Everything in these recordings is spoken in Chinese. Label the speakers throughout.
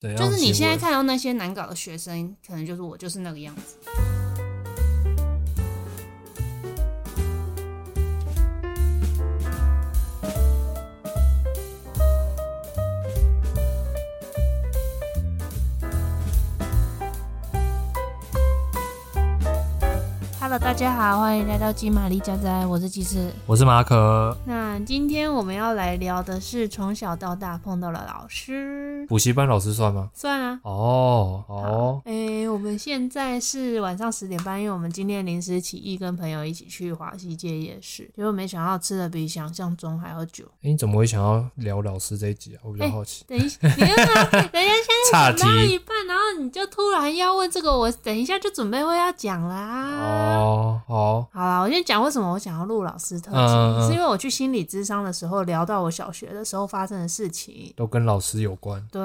Speaker 1: 对，
Speaker 2: 就是你
Speaker 1: 要
Speaker 2: 现在
Speaker 1: 结尾
Speaker 2: 看到那些难搞的学生，可能就是我就是那个样子。Hello，大家好，欢迎来到金玛丽家宅，我是鸡翅。
Speaker 1: 我是马可，
Speaker 2: 那今天我们要来聊的是从小到大碰到了老师，
Speaker 1: 补习班老师算吗？
Speaker 2: 算啊，
Speaker 1: 哦哦，
Speaker 2: 诶，我们现在是晚上十点半，因为我们今天临时起意跟朋友一起去华西街夜市，结果没想到吃的比想象中还要久。
Speaker 1: 诶你怎么会想要聊老师这一集啊？我比较
Speaker 2: 诶
Speaker 1: 好奇。
Speaker 2: 等 一下，你干嘛？人家现在
Speaker 1: 岔
Speaker 2: 讲到
Speaker 1: 题
Speaker 2: 一半，然后你就突然要问这个，我等一下就准备会要讲啦。
Speaker 1: 哦，好，
Speaker 2: 好啦，我先讲为什么我想要录老师特辑，
Speaker 1: 嗯嗯嗯
Speaker 2: 是因为我去心理咨商的时候聊到我小学的时候发生的事情。
Speaker 1: 都跟老师有关。
Speaker 2: 对，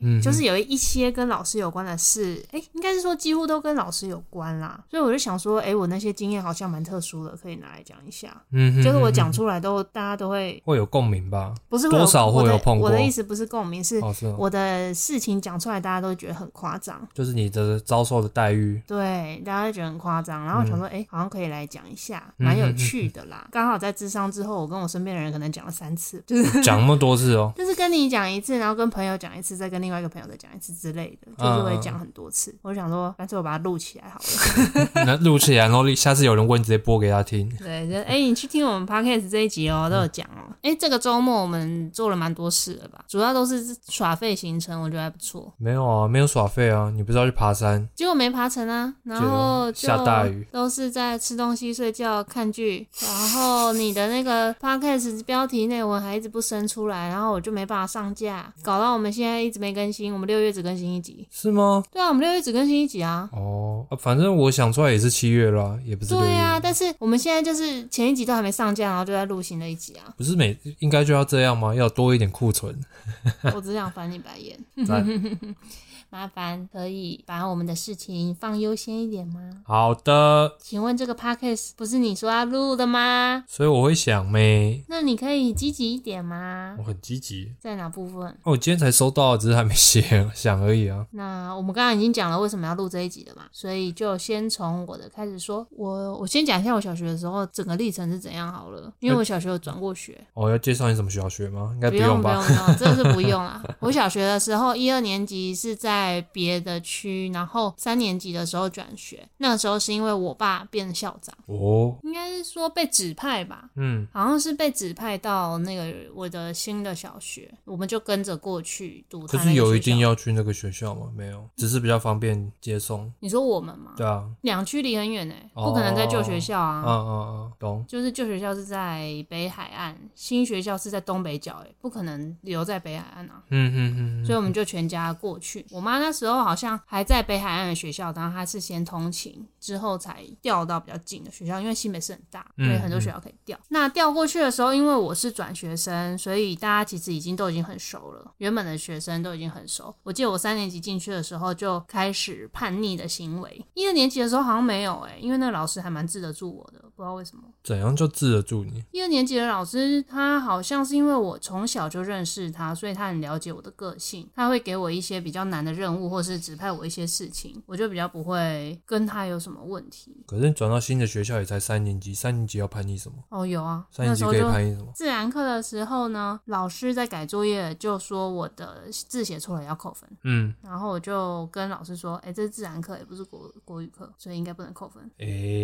Speaker 1: 嗯，
Speaker 2: 就是有一些跟老师有关的事，哎、应该是说几乎都跟老师有关啦。所以我就想说，哎、我那些经验好像蛮特殊的，可以拿来讲一下。
Speaker 1: 嗯，嗯
Speaker 2: 就是我
Speaker 1: 嗯
Speaker 2: 讲
Speaker 1: 嗯
Speaker 2: 出来都大家都会，
Speaker 1: 会有共鸣吧？
Speaker 2: 不是
Speaker 1: 多少
Speaker 2: 会
Speaker 1: 会有
Speaker 2: 我的
Speaker 1: 碰
Speaker 2: 我的
Speaker 1: 过
Speaker 2: 意思不是共鸣，是
Speaker 1: 哦，是哦，
Speaker 2: 我的事情讲出来，大家都觉得很夸张。
Speaker 1: 就是你的遭受的待 遇，
Speaker 2: 对，大家就觉得很夸张，然后我想说，哎、好像可以来讲一下，
Speaker 1: 嗯
Speaker 2: 蛮有
Speaker 1: 嗯嗯
Speaker 2: 趣的啦。刚、好在智商之后，我跟我身边的人可能讲了三次，就是。
Speaker 1: 讲那么多次哦
Speaker 2: 就是跟你讲一次，然后跟朋友讲一次，再跟另外一个朋友再讲一次之类的，就是会讲很多次。我想说，干脆我把它录起来好了。
Speaker 1: 那录起来，然后下次有人问，直接播给他听。
Speaker 2: 对，就哎、你去听我们 podcast 这一集哦，都有讲哦。哎、这个周末我们做了蛮多事的吧，主要都是耍废行程，我觉得还不错。
Speaker 1: 没有啊，没有耍废啊，你不是要去爬山？
Speaker 2: 结果没爬成啊，然后就
Speaker 1: 结果下大雨，
Speaker 2: 都是在吃东西、睡觉、看剧。然后你的那个 podcast 标题内文还一直不生出来，然后我就没办法上架，搞到我们现在一直没更新。我们六月只更新一集，
Speaker 1: 是吗？
Speaker 2: 对啊，我们六月只更新一集啊。
Speaker 1: 哦，啊反正我想出来也是七月啦，也不是六
Speaker 2: 对啊，
Speaker 1: 月，
Speaker 2: 但是我们现在就是前一集都还没上架，然后就在录新的一集 啊。
Speaker 1: 不是每应该就要这样吗？要多一点库存。
Speaker 2: 我只想翻你白眼，
Speaker 1: 来
Speaker 2: 麻烦可以把我们的事情放优先一点吗？
Speaker 1: 好的，
Speaker 2: 请问这个 podcast 不是你说要录的吗？
Speaker 1: 所以我会想咩，
Speaker 2: 那你可以积极一点吗
Speaker 1: 我？很积极。
Speaker 2: 在哪部分？
Speaker 1: 哦，我今天才收到，只是还没写， 想而已啊。
Speaker 2: 那我们刚刚已经讲了为什么要录这一集了嘛，所以就先从我的开始说。我我先讲一下我小学的时候整个历程是怎样好了，因为我小学有转过学。
Speaker 1: 哦，要介绍你什么小学吗？应该
Speaker 2: 不
Speaker 1: 用
Speaker 2: 不
Speaker 1: 吧？
Speaker 2: 用不用，这是不 用啦。我小学的时候，一二年级是在别的区，然后三年级的时候转学。那个时候是因为我爸变校长，
Speaker 1: 哦，
Speaker 2: 应该是说被指派吧，
Speaker 1: 嗯，
Speaker 2: 好像是被指派到那个我的新的小学，我们就跟着过去读他
Speaker 1: 可
Speaker 2: 那
Speaker 1: 是
Speaker 2: 个
Speaker 1: 有
Speaker 2: 学
Speaker 1: 一定
Speaker 2: 校。
Speaker 1: 要去那个学校吗？没有，只是比较方便接送。
Speaker 2: 你说我们吗？
Speaker 1: 对啊，
Speaker 2: 两区离很远哎、
Speaker 1: 哦
Speaker 2: 不可能在旧学校啊。
Speaker 1: 嗯嗯嗯，懂。
Speaker 2: 就是旧学校是在北海岸，新学校是在东北角、欸，不可能留在北海岸啊。
Speaker 1: 嗯嗯嗯
Speaker 2: 所以我们就全家过去。我妈那时候好像还在北海岸的学校，然后她是先通勤，之后才调到比较近的学校，因为新北市很大，所
Speaker 1: 嗯
Speaker 2: 以很多学校可以调。那调过去的时候，因为我是转学生，所以大家其实已经都已经很熟了，原本的学生都已经很熟。我记得我三年级进去的时候就开始叛逆的行为，一二年级的时候好像没有诶、因为那个老师还蛮治得住我的，不知道为什么。
Speaker 1: 怎样就治得住你？
Speaker 2: 一二年级的老师，他好像是因为我从小就认识他，所以他很了解我的个性，他会给我一些比较难的任务，或是指派我一些事情，我就比较不会跟他有什么问题。
Speaker 1: 可是你转到新的学校也才三年级，三年级要叛逆什么？
Speaker 2: 哦，有啊，
Speaker 1: 三
Speaker 2: 那
Speaker 1: 年级
Speaker 2: 时候
Speaker 1: 可以
Speaker 2: 就
Speaker 1: 叛逆什么？
Speaker 2: 自然课的时候呢，老师在改作业，就说我的字写错了要扣分，
Speaker 1: 嗯，
Speaker 2: 然后我就跟老师说，哎、这是自然课，也不是国国语课，所以应该不能扣分。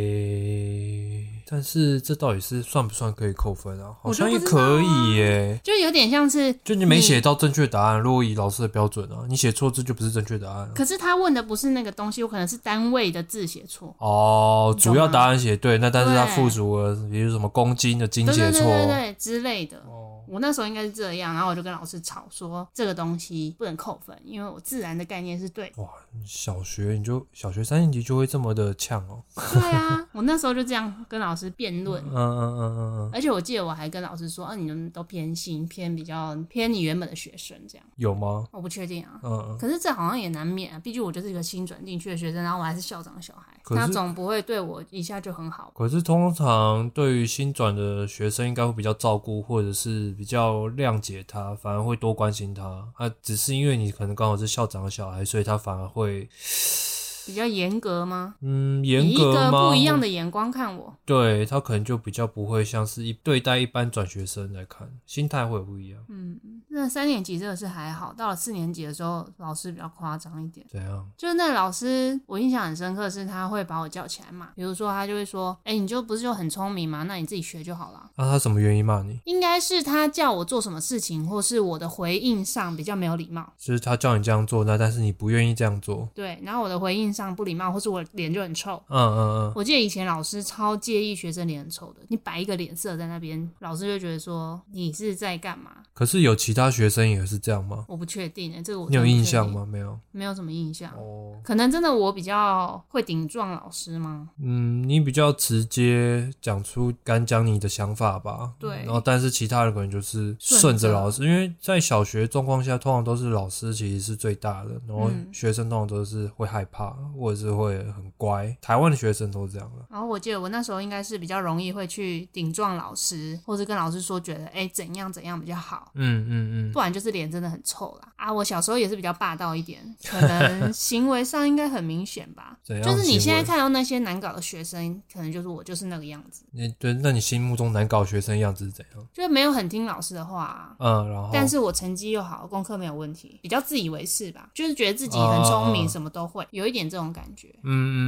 Speaker 1: 诶、但是这到底是算不算可以扣分啊？好
Speaker 2: 我就
Speaker 1: 像
Speaker 2: 不
Speaker 1: 也
Speaker 2: 知道啊
Speaker 1: 可以耶、
Speaker 2: 就有点像是
Speaker 1: 就你没
Speaker 2: 嗯
Speaker 1: 写到正确答案，如果以老师的标准啊，你写错字就不是正确答案了。
Speaker 2: 可是他问的不是那个东西，我可能是单位的字写错，
Speaker 1: 哦，
Speaker 2: 懂啊
Speaker 1: 主
Speaker 2: 吗
Speaker 1: 要答案写对，那但是它
Speaker 2: 对
Speaker 1: 附属的，比如什么公斤的斤
Speaker 2: 对
Speaker 1: 写
Speaker 2: 对对
Speaker 1: 错，
Speaker 2: 对对之类的。
Speaker 1: 哦，
Speaker 2: 我那时候应该是这样，然后我就跟老师吵说这个东西不能扣分，因为我自然的概念是对
Speaker 1: 哦
Speaker 2: 的。
Speaker 1: 小学你就小学三年级就会这么的呛哦，
Speaker 2: 对啊，我那时候就这样跟老师辩论，
Speaker 1: 嗯嗯嗯嗯嗯，
Speaker 2: 而且我记得我还跟老师说，啊，你们都偏心，偏比较偏你原本的学生这样，
Speaker 1: 有吗？
Speaker 2: 我不确定啊。
Speaker 1: 嗯嗯，
Speaker 2: 可是这好像也难免啊，毕竟我就是一个新转进去的学生，然后我还是校长的小孩，
Speaker 1: 可是
Speaker 2: 他总不会对我一下就很好。
Speaker 1: 可是通常对于新转的学生，应该会比较照顾，或者是比较谅解他，反而会多关心他。啊，只是因为你可能刚好是校长的小孩，所以他反而会
Speaker 2: 比较严格吗？
Speaker 1: 嗯
Speaker 2: 以
Speaker 1: 严
Speaker 2: 一
Speaker 1: 格
Speaker 2: 个
Speaker 1: 吗？
Speaker 2: 不一样的眼光看我，
Speaker 1: 对他可能就比较不会像是一对待一般转学生来看，心态会不一样。
Speaker 2: 嗯，那三年级这个是还好，到了四年级的时候，老师比较夸张一点。
Speaker 1: 怎样？
Speaker 2: 就是那老师，我印象很深刻，是他会把我叫起来嘛。比如说，他就会说：“哎、你就不是就很聪明吗？那你自己学就好了。”
Speaker 1: 那、他什么原因骂你？
Speaker 2: 应该是他叫我做什么事情，或是我的回应上比较没有礼貌，
Speaker 1: 就是他叫你这样做，那但是你不愿意这样做。
Speaker 2: 对，然后我的回应上不礼貌，或是我脸就很臭。
Speaker 1: 嗯嗯嗯，
Speaker 2: 我记得以前老师超介意学生脸很臭的，你摆一个脸色在那边，老师就觉得说你是在干嘛？
Speaker 1: 可是有其他学生也是这样吗？
Speaker 2: 我不确定哎、这个我
Speaker 1: 你有
Speaker 2: 真的不
Speaker 1: 印
Speaker 2: 确
Speaker 1: 象
Speaker 2: 定？
Speaker 1: 吗？没有。
Speaker 2: 没有什么印象，
Speaker 1: 哦，
Speaker 2: 可能真的我比较会顶撞老师吗？
Speaker 1: 嗯，你比较直接讲出敢讲你的想法吧。
Speaker 2: 对
Speaker 1: 然后，但是其他人可能就是顺
Speaker 2: 顺
Speaker 1: 着
Speaker 2: 着
Speaker 1: 老师，因为在小学状况下，通常都是老师其实是最大的，然后
Speaker 2: 嗯
Speaker 1: 学生通常都是会害怕，或者是会很乖。台湾的学生都是这样了。
Speaker 2: 然后我记得我那时候应该是比较容易会去顶撞老师，或是跟老师说觉得哎、怎样怎样比较好，
Speaker 1: 嗯嗯嗯
Speaker 2: 不然就是脸真的很臭啦。啊，我小时候也是比较霸道一点，可能行为上应该很明显 吧。
Speaker 1: 怎样
Speaker 2: 就是你现
Speaker 1: 行
Speaker 2: 在
Speaker 1: 为
Speaker 2: 看到那些难搞的学生，可能就是我就是那个样子，
Speaker 1: 你对，那你心目中难搞学生样子是怎样？
Speaker 2: 就是没有很听老师的话、啊。
Speaker 1: 嗯，然后
Speaker 2: 但是我成绩又好，功课没有问题，比较自以为是吧，就是觉得自己很聪
Speaker 1: 哦哦哦
Speaker 2: 明，什么都会，有一点这种感觉。
Speaker 1: 嗯嗯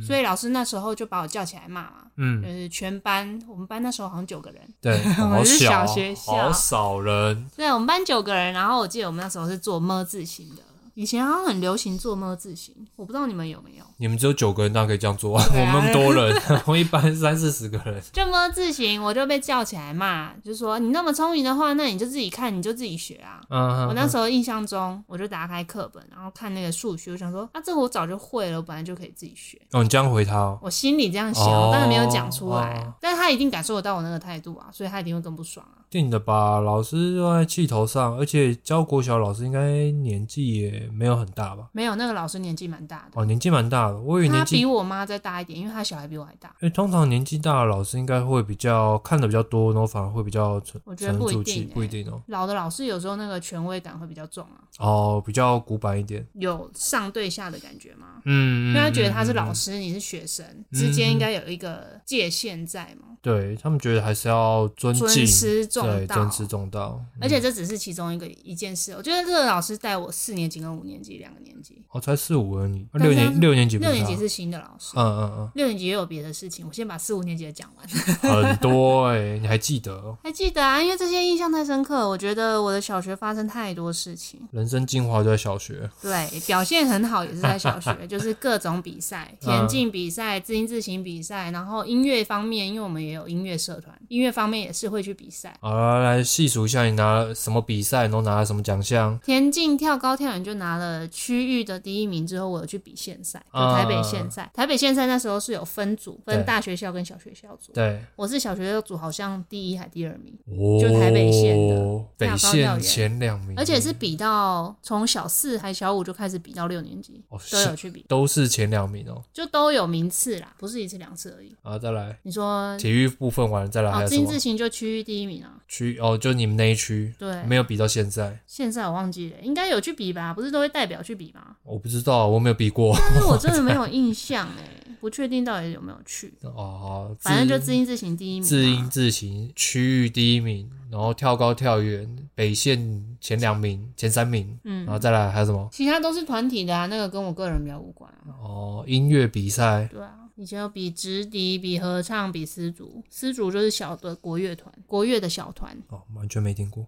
Speaker 1: 嗯
Speaker 2: 所以老师那时候就把我叫起来骂嘛，就
Speaker 1: 嗯，
Speaker 2: 是全班，我们班那时候好像九个人，
Speaker 1: 对，好
Speaker 2: 们是
Speaker 1: 小
Speaker 2: 小学校
Speaker 1: 好少人。
Speaker 2: 对，我们班九个人，然后我记得我们那时候是做么字形的，以前好像很流行做么字形，我不知道你们有没有。
Speaker 1: 你们只有九个人，那可以这样做啊？
Speaker 2: 对
Speaker 1: 我
Speaker 2: 啊
Speaker 1: 们那么多人，我一般三四十个 人。
Speaker 2: 这么字形，我就被叫起来骂，就说你那么聪明的话，那你就自己看，你就自己学啊。
Speaker 1: 嗯，
Speaker 2: 我
Speaker 1: 嗯
Speaker 2: 那时候印象中，我就打开课本，然后看那个数学，我想说，啊，这个我早就会了，我本来就可以自己学。
Speaker 1: 哦，你这样回他哦。
Speaker 2: 我心里这样想，
Speaker 1: 哦
Speaker 2: 我当然没有讲出来啊，
Speaker 1: 哦
Speaker 2: 但他一定感受得到我那个态度啊，所以他一定会更不爽啊。
Speaker 1: 定的吧，老师都在气头上，而且教国小老师应该年纪也没有很大吧？
Speaker 2: 没有，那个老师年纪蛮大的，
Speaker 1: 哦，年纪蛮大的，我以为
Speaker 2: 他
Speaker 1: 年纪，
Speaker 2: 比
Speaker 1: 因
Speaker 2: 我妈再大一点，因为他小孩比我还大。
Speaker 1: 为通常年纪大的老师应该会比较看的比较多，然后反而会比较沉
Speaker 2: 我觉得
Speaker 1: 沉得
Speaker 2: 不一
Speaker 1: 住气，
Speaker 2: 定欸
Speaker 1: 不一定哦，
Speaker 2: 老的老师有时候那个权威感会比较重啊，
Speaker 1: 哦，比较古板一点，
Speaker 2: 有上对下的感觉吗？
Speaker 1: 嗯，
Speaker 2: 因为他觉得他是老
Speaker 1: 师，
Speaker 2: 师，你是学生，之间应该有一个界限在嘛，
Speaker 1: 对他们觉得还是要尊敬，
Speaker 2: 尊师重
Speaker 1: 对，
Speaker 2: 道。
Speaker 1: 尊师重道，
Speaker 2: 而且这只是其中一个一件事。哦我觉得这个老师带我四年级跟五年级两个年级，
Speaker 1: 哦，才四五而已，啊
Speaker 2: 但是
Speaker 1: 六
Speaker 2: 他
Speaker 1: 年
Speaker 2: 是
Speaker 1: 六年级不
Speaker 2: 六年级
Speaker 1: 他，
Speaker 2: 是新的老师，
Speaker 1: 嗯 嗯
Speaker 2: 六年级也有别的事情。我先把四五年级的讲完，
Speaker 1: 嗯，很多哎，你还记得哦？
Speaker 2: 还记得啊，因为这些印象太深刻。我觉得我的小学发生太多事情，
Speaker 1: 人生精华就在小学，
Speaker 2: 对，表现很好也是在小 学，就是各种比赛，
Speaker 1: 嗯
Speaker 2: 田径比赛、自音自行比赛，然后音乐方面，因为我们也有音乐社团，音乐方面也是会去比赛。
Speaker 1: 好了，来细数一下你拿了什么比赛，然后拿了什么奖项。
Speaker 2: 田径、跳高、跳远就拿了区域的第一名之后，我有去比县赛，就台北县赛。台北县赛那时候是有分组，
Speaker 1: 嗯对
Speaker 2: 分大学校跟小学校组。
Speaker 1: 对，
Speaker 2: 我是小学校组，好像第一还第二名，
Speaker 1: 哦
Speaker 2: 就台北县的
Speaker 1: 北
Speaker 2: 跳高跳
Speaker 1: 县
Speaker 2: 远
Speaker 1: 前两名，
Speaker 2: 而且是比到从小四还小五就开始比到六年级
Speaker 1: 哦
Speaker 2: 都
Speaker 1: 是
Speaker 2: 有去比，
Speaker 1: 都是前两名哦。
Speaker 2: 就都有名次啦，不是一次两次而已。
Speaker 1: 然后再来
Speaker 2: 你说
Speaker 1: 体育部分完了，再来还
Speaker 2: 嗯哦，
Speaker 1: 有
Speaker 2: 自
Speaker 1: 什
Speaker 2: 行
Speaker 1: 么
Speaker 2: 自行就区域第一名啊。
Speaker 1: 区？哦，就你们那一区
Speaker 2: 对，
Speaker 1: 没有比到现在，
Speaker 2: 现在我忘记了，应该有去比吧？不是都会代表去比 吗？
Speaker 1: 我不知道，我没有比过。
Speaker 2: 但是我真的没有印象哎，不确定到底有没有去。
Speaker 1: 哦，好
Speaker 2: 反正就
Speaker 1: 自
Speaker 2: 自音自行第一名、啊，
Speaker 1: 自音自行区域第一名，然后跳高跳远北县前两名、前三名，
Speaker 2: 嗯
Speaker 1: 然后再来还有什么？
Speaker 2: 其他都是团体的啊，那个跟我个人比较无关啊。
Speaker 1: 哦，音乐比赛，
Speaker 2: 对啊，以前有比直笛、比合唱、比丝竹，丝竹就是小的国乐团，国乐的小团，
Speaker 1: 哦，完全没听过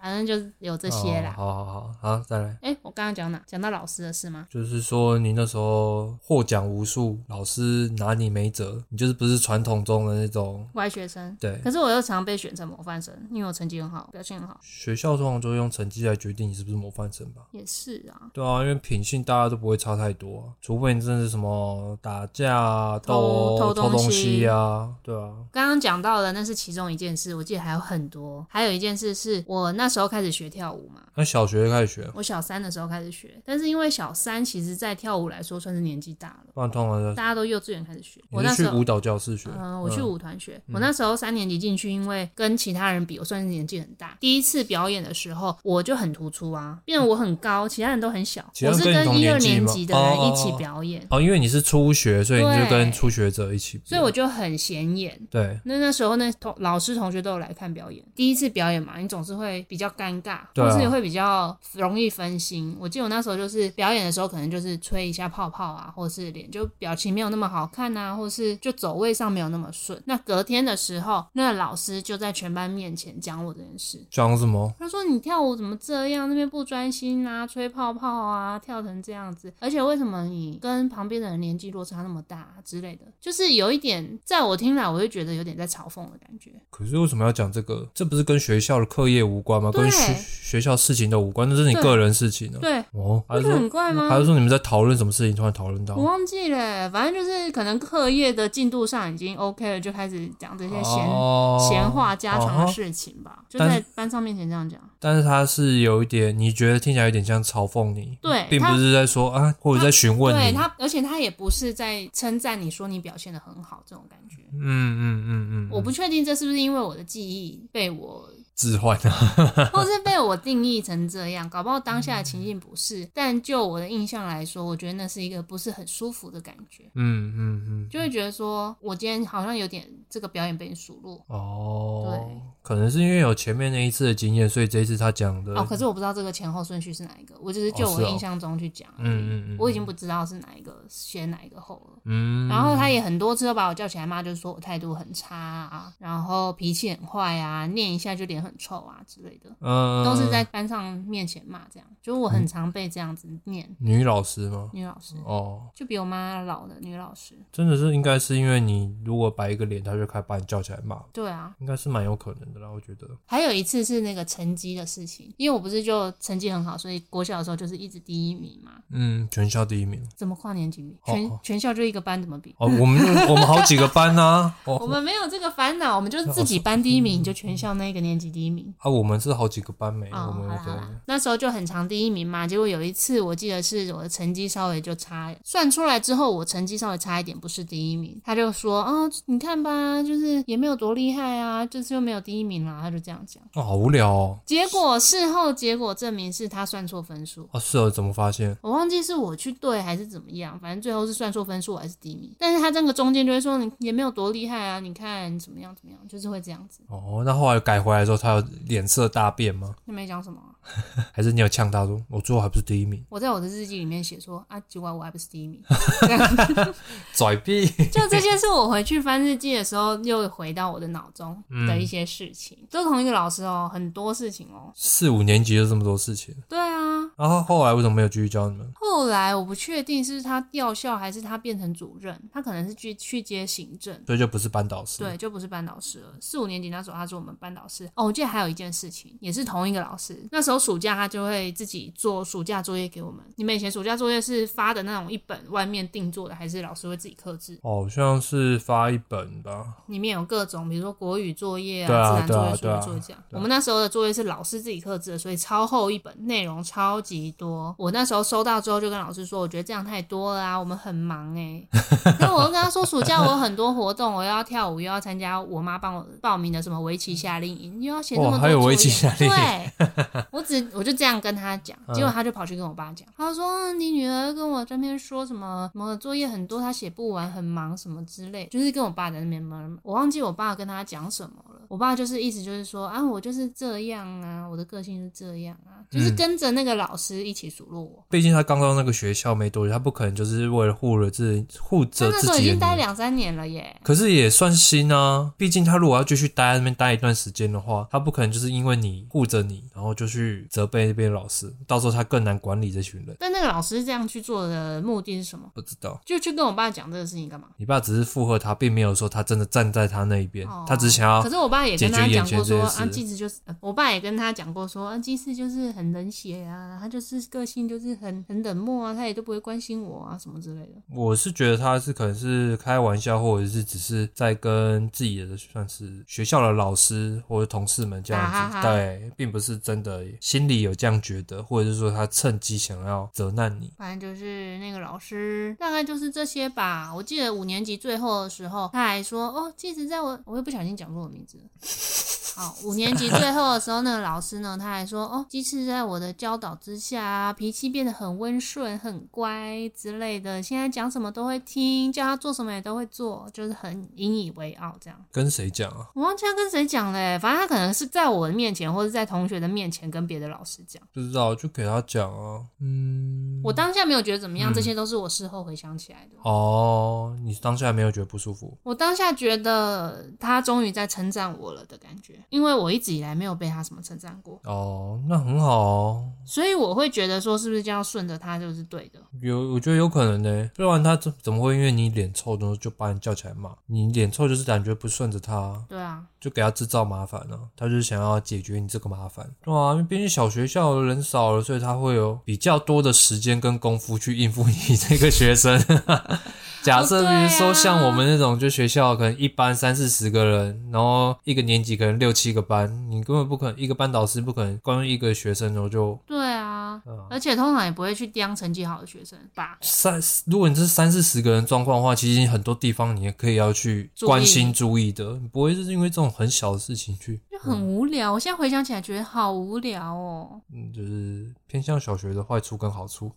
Speaker 2: 反正就是有这些
Speaker 1: 哦
Speaker 2: 啦。
Speaker 1: 好好好，好，再来。
Speaker 2: 哎、我刚刚讲哪？讲到老师的事吗？
Speaker 1: 就是说，你那时候获奖无数，老师拿你没辙，你就是不是传统中的那种
Speaker 2: 乖学生，
Speaker 1: 对
Speaker 2: 可是我又常被选成模范生，因为我成绩很好，表现很好。
Speaker 1: 学校通常都用成绩来决定你是不是模范生吧？
Speaker 2: 也是啊，
Speaker 1: 对啊，因为品性大家都不会差太多、啊，除非你真的是什么打架、啊、
Speaker 2: 偷
Speaker 1: 斗、偷
Speaker 2: 偷东
Speaker 1: 东
Speaker 2: 西
Speaker 1: 西啊，对啊，
Speaker 2: 刚刚讲到的那是其中一件事，我记得还有很多。还有一件事是我那时候开始学跳舞嘛，
Speaker 1: 那小学就开始学，
Speaker 2: 我小三的时候开始学，但是因为小三其实在跳舞来说算是年纪大了，
Speaker 1: 不然通常都
Speaker 2: 大家都幼稚园开始学。我
Speaker 1: 嗯你
Speaker 2: 那
Speaker 1: 是
Speaker 2: 时
Speaker 1: 去
Speaker 2: 候
Speaker 1: 舞。蹈教室学，
Speaker 2: 嗯，我去舞团学，我那时候三年级进去，因为跟其他人比，我算是年纪很大。第一次表演的时候，我就很突出啊，变得我很高，其他人都很小。
Speaker 1: 其他
Speaker 2: 我
Speaker 1: 人
Speaker 2: 是
Speaker 1: 跟你
Speaker 2: 跟
Speaker 1: 同
Speaker 2: 一二
Speaker 1: 年纪
Speaker 2: 年
Speaker 1: 吗
Speaker 2: 级的人一
Speaker 1: 哦
Speaker 2: 起
Speaker 1: 哦哦
Speaker 2: 表演，
Speaker 1: 哦，因为你是初学，所以你就
Speaker 2: 对
Speaker 1: 跟初学者一起比，啊
Speaker 2: 所以我就很显眼。
Speaker 1: 对
Speaker 2: 那那时候那同老师同学都有来看表演，第一次表演嘛，你总是会比较尴尬，
Speaker 1: 对啊
Speaker 2: 或是你会比较容易分心。我记得我那时候就是表演的时候，可能就是吹一下泡泡啊，或是脸就表情没有那么好看啊，或是就走位上没有那么顺。那隔天的时候，那老师就在全班面前讲我这件事。
Speaker 1: 讲什么？
Speaker 2: 他说：“你跳舞怎么这样？那边不专心啊，吹泡泡啊，跳成这样子。而且为什么你跟旁边的人年纪落差那么大之类的？就是有一点，在我听来，我会觉得有点在嘲讽的感觉。
Speaker 1: 可是为什么要讲这个？这不是跟学校的课业无关吗？
Speaker 2: 对
Speaker 1: 跟学学校事情都无关，那是你
Speaker 2: 对
Speaker 1: 个人事情啊。
Speaker 2: 对，
Speaker 1: 哦，还
Speaker 2: 不
Speaker 1: 是
Speaker 2: 是
Speaker 1: 说
Speaker 2: 很怪吗
Speaker 1: 还？是说你们在讨论什么事情，突然讨论到
Speaker 2: 我忘记了，欸反正就是可能课业的进度上已经 OK 了，就开始讲这些闲、
Speaker 1: 哦
Speaker 2: 闲话家常
Speaker 1: 哦哈
Speaker 2: 的事情吧，就
Speaker 1: 但
Speaker 2: 在
Speaker 1: 是
Speaker 2: 班上面前这样讲。
Speaker 1: 但是他是有一点，你觉得听起来有点像嘲讽你，
Speaker 2: 对
Speaker 1: 并
Speaker 2: 他
Speaker 1: 不是在说啊，或者在询问
Speaker 2: 对
Speaker 1: 你，
Speaker 2: 他，而且他也不是在称赞你说你表现的很好这种感觉。
Speaker 1: 嗯嗯嗯嗯，
Speaker 2: 我不确定这是不是因为我的记忆 被我，
Speaker 1: 置换啊，
Speaker 2: 或是被我定义成这样，搞不好当下的情
Speaker 1: 嗯
Speaker 2: 境不是。但就我的印象来说，我觉得那是一个不是很舒服的感觉，
Speaker 1: 嗯嗯嗯，
Speaker 2: 就会觉得说我今天好像有点这个表演被你数落。对
Speaker 1: 哦，可能是因为有前面那一次的经验，所以这一次他讲的，
Speaker 2: 哦，可是我不知道这个前后顺序是哪一个，我就是就
Speaker 1: 呃哦
Speaker 2: 我
Speaker 1: 是哦
Speaker 2: 印象中去讲而已，
Speaker 1: 嗯嗯嗯
Speaker 2: 我已经不知道是哪一个先哪一个后了。
Speaker 1: 嗯，
Speaker 2: 然后他也很多次都把我叫起来骂，就是说我态度很差啊，然后脾气很坏啊，念一下就脸很臭啊之类的。
Speaker 1: 嗯，
Speaker 2: 都是在班上面前骂，这样，就我很常被这样子念、
Speaker 1: 女老师吗？
Speaker 2: 女老师，
Speaker 1: 哦，
Speaker 2: 就比我妈老的女老师。
Speaker 1: 真的是应该是因为你如果摆一个脸，他就开始把你叫起来骂，
Speaker 2: 对啊，
Speaker 1: 应该是蛮有可能的啦，我觉得。
Speaker 2: 还有一次是那个成绩的事情，因为我不是就成绩很好，所以国小的时候就是一直第一名嘛，
Speaker 1: 嗯，全校第一名
Speaker 2: 怎么跨年级比？全、
Speaker 1: 哦
Speaker 2: 全校就一个班，怎么比？
Speaker 1: 哦，我们我们好几个班呐、啊，
Speaker 2: 我
Speaker 1: 哦嗯
Speaker 2: 们没有这个烦恼，我们就是自己班第一名，你就全校那个年级第一名。
Speaker 1: 啊，我们是好几个班没，
Speaker 2: 哦，
Speaker 1: 我
Speaker 2: 好
Speaker 1: 们
Speaker 2: 啦好
Speaker 1: 对
Speaker 2: 啦，那时候就很常第一名嘛。结果有一次，我记得是我的成绩稍微就差，算出来之后，我成绩稍微差一点，不是第一名。他就说：“啊、你看吧，就是也没有多厉害啊，这次又没有第一名啦。”他就这样讲。
Speaker 1: 哦，好无聊哦。
Speaker 2: 结果事后结果证明是他算错分数，
Speaker 1: 哦，是哦，怎么发现？
Speaker 2: 我忘记是我去对还是怎么样，反正最后是算错分数，我还是第一名。但是他这个中间就会说：“你也没有多厉害啊，你看怎么样怎么样，就是会这样子。
Speaker 1: 哦，那后来改回来之后，他有脸色大变吗？”
Speaker 2: 他没讲什么啊、
Speaker 1: 还是你有呛他说，我最后还不是第一名？
Speaker 2: 我在我的日记里面写说：“啊，结果我还不是第一名。”
Speaker 1: 拽逼！
Speaker 2: 就这些是我回去翻日记的时候又回到我的脑中的一些事情，都同一个老师哦，很多事情哦。
Speaker 1: 四五年级就这么多事情，
Speaker 2: 对啊，
Speaker 1: 然后后来为什么没有继续教你们？
Speaker 2: 后来我不确定是他调校还是他变成主任，他可能是去去接行政。
Speaker 1: 所以就不是班导师。
Speaker 2: 对，就不是班导师了。四五年级那时候，他是我们班导师。哦，我记得还有一件事情，也是同一个老师。那时候暑假他就会自己做暑假作业给我们。你们以前暑假作业是发的那种一本外面定做的，还是老师会自己刻制？
Speaker 1: 哦好像是发一本吧。
Speaker 2: 里面有各种，比如说国语作业
Speaker 1: 对啊
Speaker 2: 自然作业、数
Speaker 1: 对啊
Speaker 2: 学作业这样。我们那时候的作业是老师自己克制的，所以超厚一本，内容超级多。我那时候收到之后就跟老师说，我觉得这样太多了啊，我们很忙哎、欸。 然后我就跟他说，暑假我有很多活动，我又要跳舞，又要参加我妈帮我报名的什么围棋夏令营，又要写这么
Speaker 1: 哇
Speaker 2: 多
Speaker 1: 还有围棋
Speaker 2: 作业
Speaker 1: 夏令营嗯
Speaker 2: 对，我只我就这样跟他讲，结果他就跑去跟我爸讲，他说嗯你女儿跟我这边说什么什么作业很多，她写不完，很忙什么之类，就是跟我爸在那边闷。我忘记我爸跟他讲什么了。我爸就是意思就是说啊，我就是这样啊，我的个性是这样啊，
Speaker 1: 嗯
Speaker 2: 就是跟着那个老师一起数落我。
Speaker 1: 毕竟他刚到那个学校没多久，他不可能就是为了护着自护
Speaker 2: 他
Speaker 1: 着
Speaker 2: 那
Speaker 1: 自
Speaker 2: 时候已
Speaker 1: 己
Speaker 2: 经
Speaker 1: 的
Speaker 2: 待
Speaker 1: 女。
Speaker 2: 两三年了耶，
Speaker 1: 可是也算新啊，毕竟他如果要继续待在那边待一段时间的话，他不可能就是因为你护着你，然后就去责备那边的老师，到时候他更难管理这群人。
Speaker 2: 但那个老师这样去做的目的是什么？
Speaker 1: 不知道，
Speaker 2: 就去跟我爸讲这个事情干嘛？
Speaker 1: 你爸只是附和他，并没有说他真的站在他那一边，
Speaker 2: 哦
Speaker 1: 他只想要
Speaker 2: 可是我爸也
Speaker 1: 解
Speaker 2: 跟他
Speaker 1: 决
Speaker 2: 讲
Speaker 1: 眼前
Speaker 2: 过
Speaker 1: 这
Speaker 2: 说
Speaker 1: 件
Speaker 2: 啊，
Speaker 1: 事
Speaker 2: 机智就是，呃我爸也跟他讲过说啊，机智就是很冷血啊，他就是个性就是很很冷漠啊，他也都不会关心我啊什么之类的。
Speaker 1: 我是觉得他是可能是开玩笑，或者是只是在跟自己的算是学校的老师或者同事们这样
Speaker 2: 打哈
Speaker 1: 子，
Speaker 2: 哈
Speaker 1: 对，并不是真的心里有这样觉得，或者是说他趁机想要责难你。
Speaker 2: 反正就是那个老师，大概就是这些吧。我记得五年级最后的时候，他还说：“哦，即使在我……我又不小心讲出我名字了。”好，五年级最后的时候，那个老师呢，他还说：“哦，即使在我的教导之下，啊脾气变得很温顺、很乖之类的，现在讲什么都会听，叫他做什么也都会做，就是很引以为傲这样。”
Speaker 1: 跟谁讲啊？
Speaker 2: 我忘记他跟谁讲嘞、反正他可能是在我的面前，或者在同学的面前跟别的老师讲。
Speaker 1: 不知道，就给他讲啊。嗯，
Speaker 2: 我当下没有觉得怎么样，
Speaker 1: 嗯
Speaker 2: 这些都是我事后回想起来的。
Speaker 1: 哦，你当下没有觉得不舒服？
Speaker 2: 我当下觉得他终于在称赞我了的感觉，因为我一直以来没有被他什么称赞过，
Speaker 1: 哦，那很好哦。
Speaker 2: 所以我会觉得说是不是这样顺着他就是对的。
Speaker 1: 有，我觉得有可能呢、不然他怎怎么会因为你脸臭，然后就把你叫起来骂？你脸臭就是感觉不顺着他啊，
Speaker 2: 对啊，
Speaker 1: 就给他制造麻烦了、啊他就是想要解决你这个麻烦，对啊，因为毕竟小学校人少了，所以他会有比较多的时间跟功夫去应付你 这个学生。假设
Speaker 2: 哦对
Speaker 1: 比
Speaker 2: 啊
Speaker 1: 如说像我们那种，就学校可能一班三四十个人，然后一个年级可能六七个班，你根本不可能一个班导师不可能光一个学生，然后就
Speaker 2: 对啊，而且通常也不会去刁成绩好的学生吧。
Speaker 1: 三，如嗯果你是三四十个人状况的话，其实很多地方你也可以要去
Speaker 2: 注意
Speaker 1: 关心注意的，你不会就是因为这种很小的事情去，
Speaker 2: 就很无聊，我现在回想起来觉得好无聊哦。
Speaker 1: 嗯，就是偏向小学的坏处跟好处。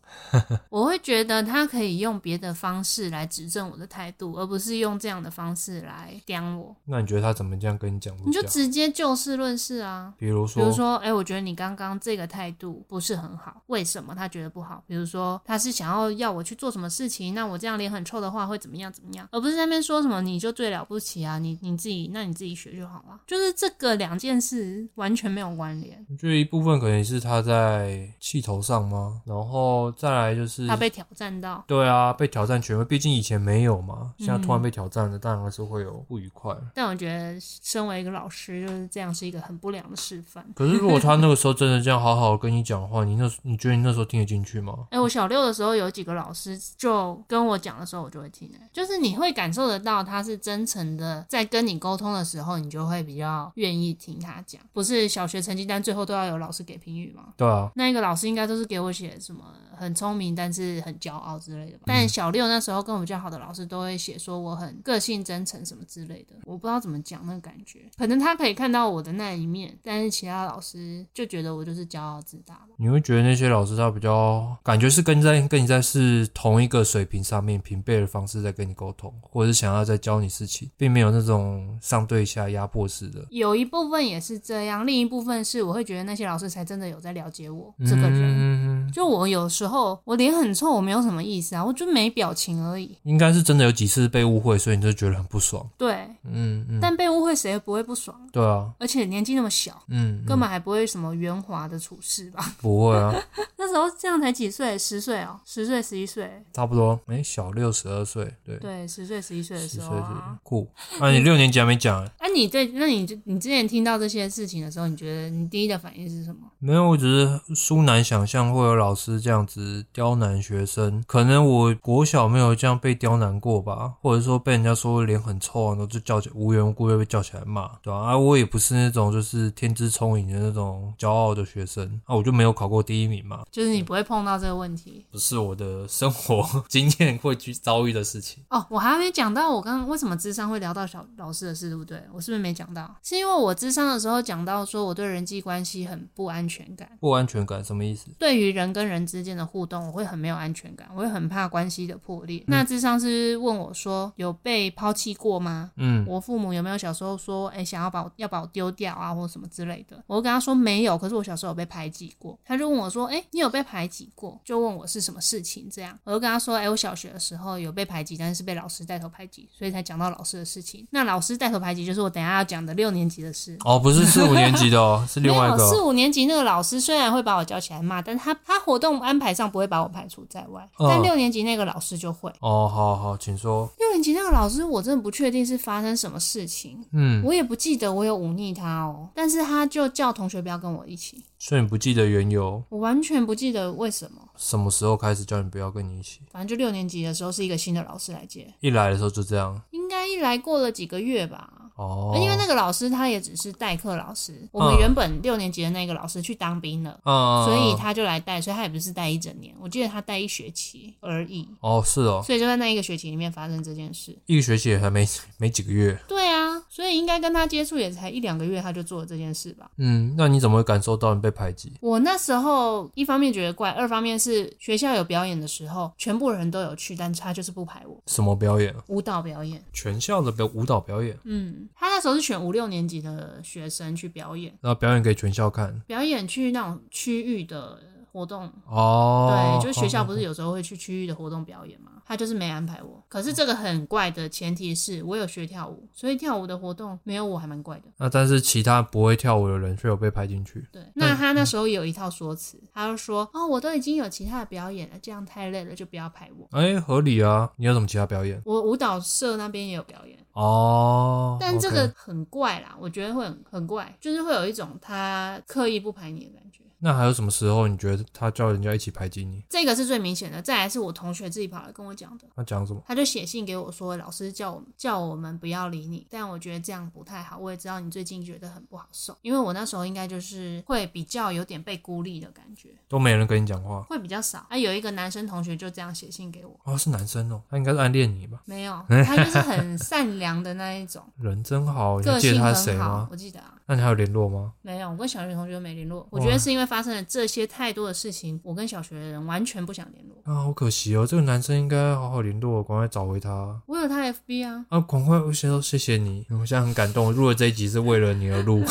Speaker 2: 我会觉得他可以用别的方式来指正我的态度，而不是用这样的方式来刁我。
Speaker 1: 那你觉得他怎么这样跟你讲？
Speaker 2: 你就
Speaker 1: 不讲
Speaker 2: 直接就事论事啊。
Speaker 1: 比如
Speaker 2: 比
Speaker 1: 说，
Speaker 2: 如说，哎、我觉得你刚刚这个态度不是很好，为什么他觉得不好？比如说，他是想要要我去做什么事情，那我这样脸很臭的话会怎么样怎么样，而不是在那边说什么你就最了不起啊，你你自己那你自己学就好了、就是这个两件事完全没有关联，
Speaker 1: 我觉得一部分可能是他在气头上吗？然后再来就是
Speaker 2: 他被挑战到，
Speaker 1: 对啊，被挑战权威，毕竟以前没有嘛，现在突然被挑战了，当然还是会有不愉 快。
Speaker 2: 但我觉得身为一个老师，就是这样是一个很不良的示范。
Speaker 1: 可是如果他那个时候真的这样好好地跟你讲的话，你那你觉得你那时候听得进去吗？
Speaker 2: 哎、我小六的时候有几个老师就跟我讲的时候，我就会听、欸，就是你会感受得到他是真诚的，在跟你沟通的时候，你就会比较愿意听他讲。不是小学成绩单最后都要有老师给评语吗？
Speaker 1: 对啊，
Speaker 2: 那一个老师应该都是给我写什么很聪明，但是很骄傲之类的吧。但小六那时候跟我比较好的老师都会写说我很个性真诚什么之类的，我不知道怎么讲那个感觉，可能他可以看到我的那一面，但是其他老师就觉得我就是骄傲自大吧。
Speaker 1: 你会觉得那些老师他比较感觉是跟在跟你在是同一个水平上面平辈的方式在跟你沟通，或者是想要在教你事情，并没有那种上对下压迫式的。
Speaker 2: 有一部分也是这样，另一部分是我会觉得那些老师才真的有在了解我
Speaker 1: 嗯
Speaker 2: 这个人。
Speaker 1: 人
Speaker 2: 就我有时候我脸很臭，我没有什么意思啊，我就没表情而已。
Speaker 1: 应该是真的有几次被误会，所以你就觉得很不爽。
Speaker 2: 对，
Speaker 1: 嗯嗯，
Speaker 2: 但被误会谁不会不爽？
Speaker 1: 对啊，
Speaker 2: 而且年纪那么小，
Speaker 1: 嗯，嗯
Speaker 2: 根本还不会什么圆滑的处事吧？
Speaker 1: 不会啊，
Speaker 2: 那时候这样才几岁，十岁哦，十岁十一岁，
Speaker 1: 差不多。哎、小六十二岁，对，
Speaker 2: 对，十岁十一岁的
Speaker 1: 十
Speaker 2: 时
Speaker 1: 岁
Speaker 2: 候啊
Speaker 1: 是。酷。啊，你六年级还没讲、
Speaker 2: 哎、你对，那你就你之前听到这些事情的时候，你觉得你第一的反应是什么？
Speaker 1: 没有，我只是殊难想象会有老师这样子刁难学生。可能我国小没有这样被刁难过吧，或者说被人家说脸很臭啊，然后就叫起无缘无故就被叫起来骂，对吧、啊？我也不是那种就是天资聪颖的那种骄傲的学生啊，我就没有考过第一名嘛，
Speaker 2: 就是你不会碰到这个问题。
Speaker 1: 不是我的生活经验会去遭遇的事情。
Speaker 2: 哦，我还没讲到我刚刚为什么智商会聊到小老师的事，对不对？我是不是没讲到？是因为我智商的时候讲到说我对人际关系很不安全感，
Speaker 1: 不安全感什么意思？
Speaker 2: 对于人跟人之间的互动，我会很没有安全感，我会很怕关系的破裂。那智商是问我说有被抛弃过吗？
Speaker 1: 嗯，
Speaker 2: 我父母有没有小时候说，哎、想要把我要把我丢掉啊，或什么之类的？我就跟他说没有，可是我小时候有被排挤过。他就问我说，哎、你有被排挤过？就问我是什么事情这样。我就跟他说，哎、我小学的时候有被排挤，但是被老师带头排挤，所以才讲到老师的事情。那老师带头排挤就是我等一下要讲的六年级的事。
Speaker 1: 哦，不是四五年级的 哦，是
Speaker 2: 没
Speaker 1: 另外一
Speaker 2: 有
Speaker 1: 个
Speaker 2: 四
Speaker 1: 哦。
Speaker 2: 五年级那个老师虽然会把我叫起来骂，但他他活动安排上不会把我排除在外。
Speaker 1: 嗯
Speaker 2: 但六年级那个老师就会。
Speaker 1: 哦，好好，请说。
Speaker 2: 六年级那个老师我真的不确定是发生什么事情，
Speaker 1: 嗯，
Speaker 2: 我也不记得我有忤逆他哦，但是他就叫同学不要跟我一起，
Speaker 1: 所以你不记得缘由，
Speaker 2: 我完全不记得为什么。
Speaker 1: 什么时候开始叫你不要跟你一起？
Speaker 2: 反正就六年级的时候是一个新的老师来接，
Speaker 1: 一来的时候就这样。
Speaker 2: 应该一来过了几个月吧。
Speaker 1: 哦，嗯
Speaker 2: 因为那个老师他也只是代课老师，我们原本六年级的那个老师去当兵了，
Speaker 1: 啊，
Speaker 2: 所以他就来带，所以他也不是带一整年，我记得他带一学期而已，
Speaker 1: 哦是哦，
Speaker 2: 所以就在那一个学期里面发生这件事。
Speaker 1: 一个学期也还没没几个月，
Speaker 2: 对啊，所以应该跟他接触也才一两个月，他就做了这件事吧。
Speaker 1: 嗯，那你怎么会感受到你被排挤？
Speaker 2: 我那时候一方面觉得怪，二方面是学校有表演的时候，全部人都有去，但他就是不排我。
Speaker 1: 什么表演？
Speaker 2: 舞蹈表演，
Speaker 1: 全校的表舞蹈表演，
Speaker 2: 嗯，他那时候是选五六年级的学生去表演，
Speaker 1: 然后表演给全校看。
Speaker 2: 表演去那种区域的活动。
Speaker 1: 哦，
Speaker 2: 对，就是学校不
Speaker 1: 哦
Speaker 2: 是有时候会去区域的活动表演吗？他就是没安排我。可是这个很怪的前提是我有学跳舞，所以跳舞的活动没有我还蛮怪的。
Speaker 1: 那但是其他不会跳舞的人却有被排进去。
Speaker 2: 对，那他
Speaker 1: 嗯
Speaker 2: 那时候有一套说辞，他就说：“哦，我都已经有其他的表演了，这样太累了，就不要排我。”
Speaker 1: 哎，合理啊！你有什么其他表演？
Speaker 2: 我舞蹈社那边也有表演，
Speaker 1: 哦，
Speaker 2: 但这
Speaker 1: OK
Speaker 2: 个很怪啦，我觉得会很很怪，就是会有一种他刻意不排你的感觉。
Speaker 1: 那还有什么时候你觉得他叫人家一起排挤你？
Speaker 2: 这个是最明显的，再来是我同学自己跑来跟我讲的，
Speaker 1: 他讲什么？
Speaker 2: 他就写信给我说，老师叫我们叫我们不要理你，但我觉得这样不太好。我也知道你最近觉得很不好受，因为我那时候应该就是会比较有点被孤立的感觉，
Speaker 1: 都没人跟你讲话
Speaker 2: 会比较少。啊，有一个男生同学就这样写信给我，
Speaker 1: 哦，是男生哦，他应该是暗恋你吧？
Speaker 2: 没 有，他就是很善良的那一种，
Speaker 1: 人真好，你
Speaker 2: 个
Speaker 1: 还记得
Speaker 2: 性
Speaker 1: 他是谁
Speaker 2: 很好
Speaker 1: 吗，？
Speaker 2: 我记得啊。
Speaker 1: 那你还有联络吗？
Speaker 2: 没有，我跟小学同学没联络。我觉得是因为发生了这些太多的事情，我跟小学的人完全不想联络。
Speaker 1: 啊，好可惜哦，这个男生应该好好联络，哦赶快找回他
Speaker 2: 我有他 FB 啊，
Speaker 1: 啊！赶快，我先说谢谢你，我现在很感动，录了这一集是为了你而录。